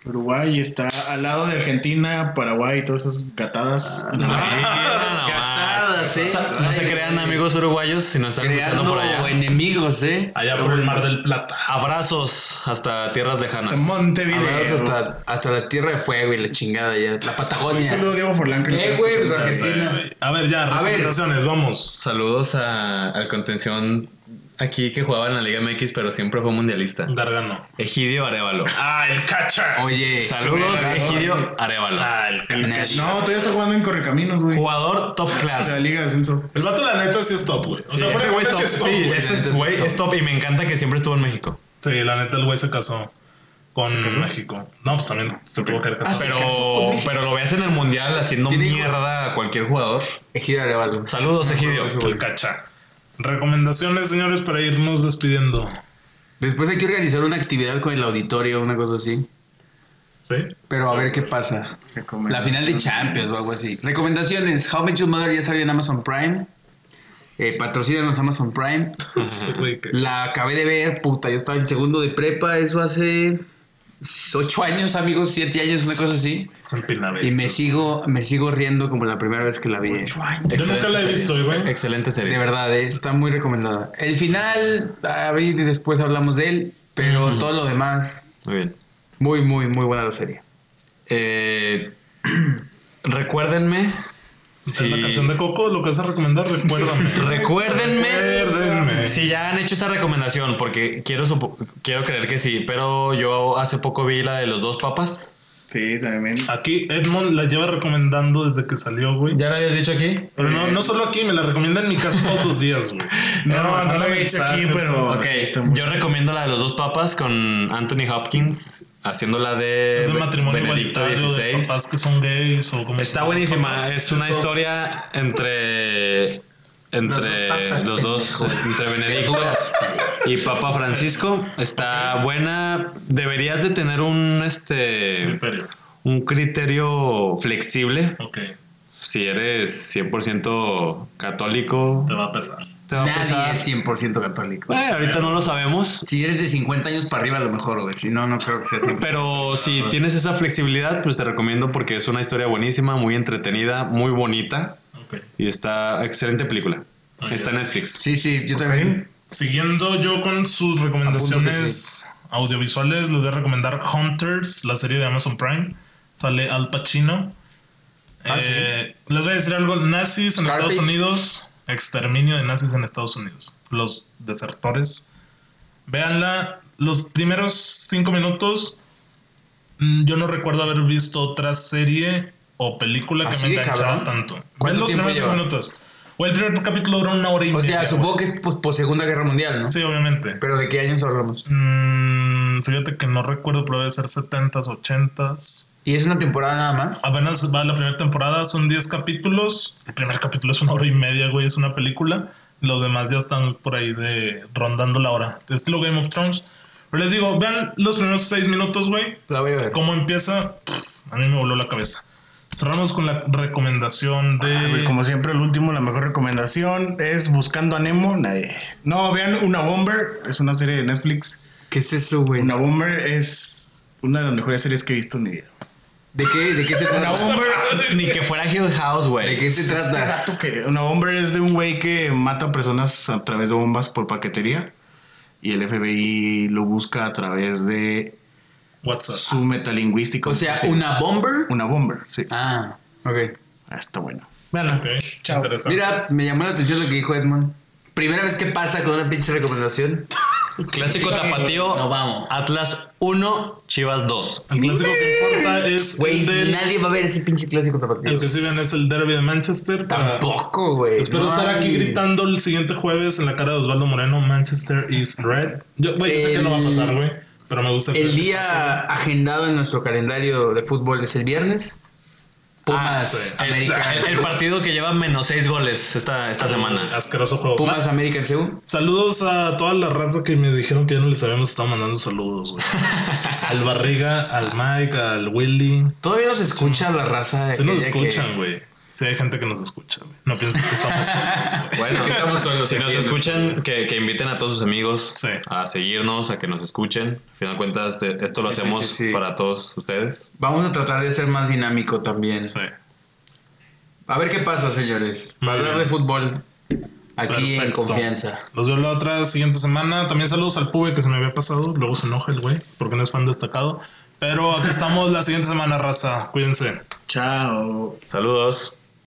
C: Uruguay está al lado de Argentina, Paraguay y todas esas gatadas.
D: No,
C: Ah, No,
D: mira nomás.
B: Catadas, eh.
D: Sa- No se
B: Ay,
D: crean
B: güey.
D: amigos uruguayos si no están
B: Creando
D: escuchando por allá.
B: enemigos, ¿eh?
A: Allá por el Mar del Plata.
D: Abrazos hasta tierras lejanas.
C: hasta Montevideo.
B: Abrazos hasta, hasta la Tierra de Fuego y la chingada ya. La Patagonia.
C: Saludo a Diego Forlán que nos
B: Eh,
C: está
B: güey,
C: escuchando.
B: pues, Argentina.
A: Güey, A ver, ya,
B: A ver.
A: recomendaciones, vamos.
D: Saludos a, al contención aquí que jugaba en la Liga MX, pero siempre fue mundialista.
A: Gargano.
D: Egidio Arevalo.
A: Ah, el cacha.
B: Oye,
D: Saludos,
B: saludos.
D: Egidio Arevalo.
B: Nadie.
C: No, todavía está jugando en Correcaminos, güey.
D: Jugador top
C: De la
D: class.
C: Liga de Ascenso.
A: El vato, la neta, sí es top, güey. O sea,
D: Ese
A: fuera
D: güey
A: de
D: es top.
A: cuenta, sí
D: Sí,
A: es top, güey.
D: ese es-
B: Neta,
D: güey
B: sí es
D: es top y me encanta que siempre estuvo en México.
A: Sí, la neta, el güey se casó con México. No, pues también se tuvo que haber casado.
D: Pero,
B: casó con México.
D: pero lo veas en el mundial haciendo
B: Tiene hijo.
D: mierda a cualquier jugador.
B: Egidio Arevalo.
D: Saludos, Egidio.
A: el cacha. Recomendaciones, señores, para irnos despidiendo.
B: Después hay que organizar una actividad con el auditorio, una cosa así.
A: ¿Sí?
B: Pero a ver qué pasa. La final de Champions o algo así. Recomendaciones: How Met Your Mother ya salió en Amazon Prime. Eh, patrocínanos Amazon Prime.
A: Este güey que-
B: La acabé de ver, puta, yo estaba en segundo de prepa, eso hace ocho años, amigos, siete años, una cosa así.
A: es un pinabel.
B: Y me sigo, me sigo riendo como la primera vez que la vi. eh.
A: Yo nunca la he
D: serie.
A: visto, güey.
D: Excelente serie.
B: De verdad, eh, está muy recomendada. El final, a ver, después hablamos de él, pero
D: Ujú.
B: todo lo demás,
D: Muy bien.
B: muy, muy, muy buena la serie.
D: Eh, [CLEARS THROAT] recuérdenme.
A: Es la
D: si-
A: canción de Coco, lo que vas a recomendar, recuérdame.
D: Recuérdenme.
A: Recuérdenme.
D: Si ya han hecho esta recomendación, porque quiero, supo- quiero creer que sí, pero yo hace poco vi la de los dos papas.
C: Sí, también.
A: Aquí Edmond la lleva recomendando desde que salió, güey.
D: ¿Ya la habías dicho aquí?
A: Pero no, no solo aquí, me la recomienda en mi casa todos los días,
D: [LAUGHS]
A: güey. Edmond,
C: No, no lo
A: mándame
C: he hecho
A: mensajes,
C: aquí, pero.
D: Ok,
C: sí, está muy-
D: yo recomiendo la de los dos papas con Anthony Hopkins haciendo la de,
A: Es del matrimonio
D: Benedicto
A: igualitario de
D: XVI.
A: papás que son gays o como
D: Está buenísima,
A: papás.
D: es una historia entre entre
B: papas,
D: los dos, entre Benedicto y Papa Francisco. Está buena, deberías de tener un este
A: Imperio.
D: un criterio flexible.
A: Ok,
D: Si eres 100% católico,
A: te va a pesar.
D: te va a
B: Nadie
D: pesar.
B: es 100% católico.
D: Eh, ahorita no lo sabemos,
B: Si eres de 50 años para arriba, a lo mejor, güey. Si no, no creo que sea siempre.
D: Pero si tienes esa flexibilidad, pues te recomiendo porque es una historia buenísima, muy entretenida, muy bonita
A: Ok.
D: y está excelente película.
A: Ok.
D: Está en Netflix.
B: [LAUGHS] Sí, sí, yo también.
A: Siguiendo yo con sus recomendaciones audiovisuales, les voy a recomendar Hunters, la serie de Amazon Prime. Sale Al Pacino.
B: Ah, sí.
A: Eh, Les voy a decir algo. Nazis en
B: Scarface.
A: Estados Unidos. Exterminio de nazis en Estados Unidos. Los desertores. Véanla. Los primeros cinco minutos. mm, Yo no recuerdo haber visto otra serie o película que
B: ¿Así
A: me
B: de
A: enganchara
B: ¿Ah, cabrón?
A: tanto. Ven
B: ¿Cuánto
A: los
B: tiempo
A: primeros cinco
B: lleva?
A: minutos. O el primer capítulo dura una hora y
B: O
A: media.
B: sea,
A: güey.
B: supongo que es pos- pos Segunda Guerra Mundial, ¿no?
A: Sí, obviamente.
B: Pero ¿de qué años hablamos?
A: Mm, fíjate que no recuerdo, pero debe ser 70s, 80s.
B: Y es una temporada nada más.
A: Apenas va la primera temporada, son 10 capítulos. El primer capítulo es una hora y media, güey, es una película. Los demás ya están por ahí de rondando la hora. Estilo Game of Thrones. Pero les digo, vean los primeros 6 minutos, güey.
B: La voy a ver.
A: Cómo empieza, pff, a mí me voló la cabeza. Cerramos con la recomendación de...
C: Ah, güey, como siempre, el último, la mejor recomendación es Buscando a Nemo. Nadie. No, vean Una Bomber. Es una serie de Netflix.
B: ¿Qué es eso, güey?
C: Una Bomber es una de las mejores series que he visto en mi vida.
B: ¿De qué, de qué se trata?
D: Ni que fuera Hill House,
B: ¿De
D: güey.
B: qué se
C: Este
B: trata?
C: gato que. Una Bomber es de un güey que mata personas a través de bombas por paquetería. Y el FBI lo busca a través de
A: WhatsApp.
C: su metalingüística.
B: Ah. O sea,
C: Sí.
B: una bomber.
C: Una Bomber, sí.
B: Ah, ok.
C: Ah, Está bueno.
A: Ok, interesante.
B: Mira, me llamó la atención lo que dijo Edmond. Primera vez que pasa con una pinche recomendación.
D: Clásico tapatío.
H: No vamos.
D: Atlas 1, Chivas 2.
A: El clásico que importa es
B: Güey,
A: el del.
B: nadie va a ver ese pinche clásico tapatío.
A: El que sí ven es el derby de Manchester. para-
B: Tampoco, güey.
A: Espero
B: No
A: estar
B: hay.
A: aquí gritando el siguiente jueves en la cara de Osvaldo Moreno, Manchester is red. Yo, güey, yo sé que no va a pasar, güey, pero me gusta.
B: El
A: que-
B: día agendado en nuestro calendario de fútbol es el viernes. Pumas,
D: Ah, el,
B: América.
D: el- el partido que lleva menos 6 goles esta, esta semana.
A: Asqueroso juego.
B: Pumas, América en Seúl.
A: Saludos a toda la raza que me dijeron que ya no les habíamos estado mandando saludos,
B: [LAUGHS]
A: güey. al Barriga, al
B: Ah.
A: Mike, al Willy.
B: Todavía nos escucha la raza.
A: Se nos
B: aquella que-
A: escuchan, güey. Sí, hay gente que nos escucha, güey. No pienses que
B: [LAUGHS]
A: estamos solos, güey.
D: Bueno,
H: Estamos solos
D: si
H: aquí
D: nos
H: en
D: escuchan,
H: nuestro-
D: que, que inviten a todos sus amigos
A: Sí.
D: a seguirnos, a que nos escuchen. Al final de cuentas, te- esto lo
B: Sí, sí,
D: hacemos
B: sí, sí.
D: para todos ustedes.
B: Vamos a tratar de ser más dinámico también.
A: Sí.
B: A ver qué pasa, señores.
A: Muy
B: Va a hablar
A: bien.
B: de fútbol. Aquí en
A: Perfecto.
B: confianza.
A: Los veo la otra siguiente semana. También saludos al Pube que se me había pasado. Luego se enoja el güey porque no es fan destacado. Pero aquí estamos la siguiente semana, raza. Cuídense.
C: Chao.
D: Saludos.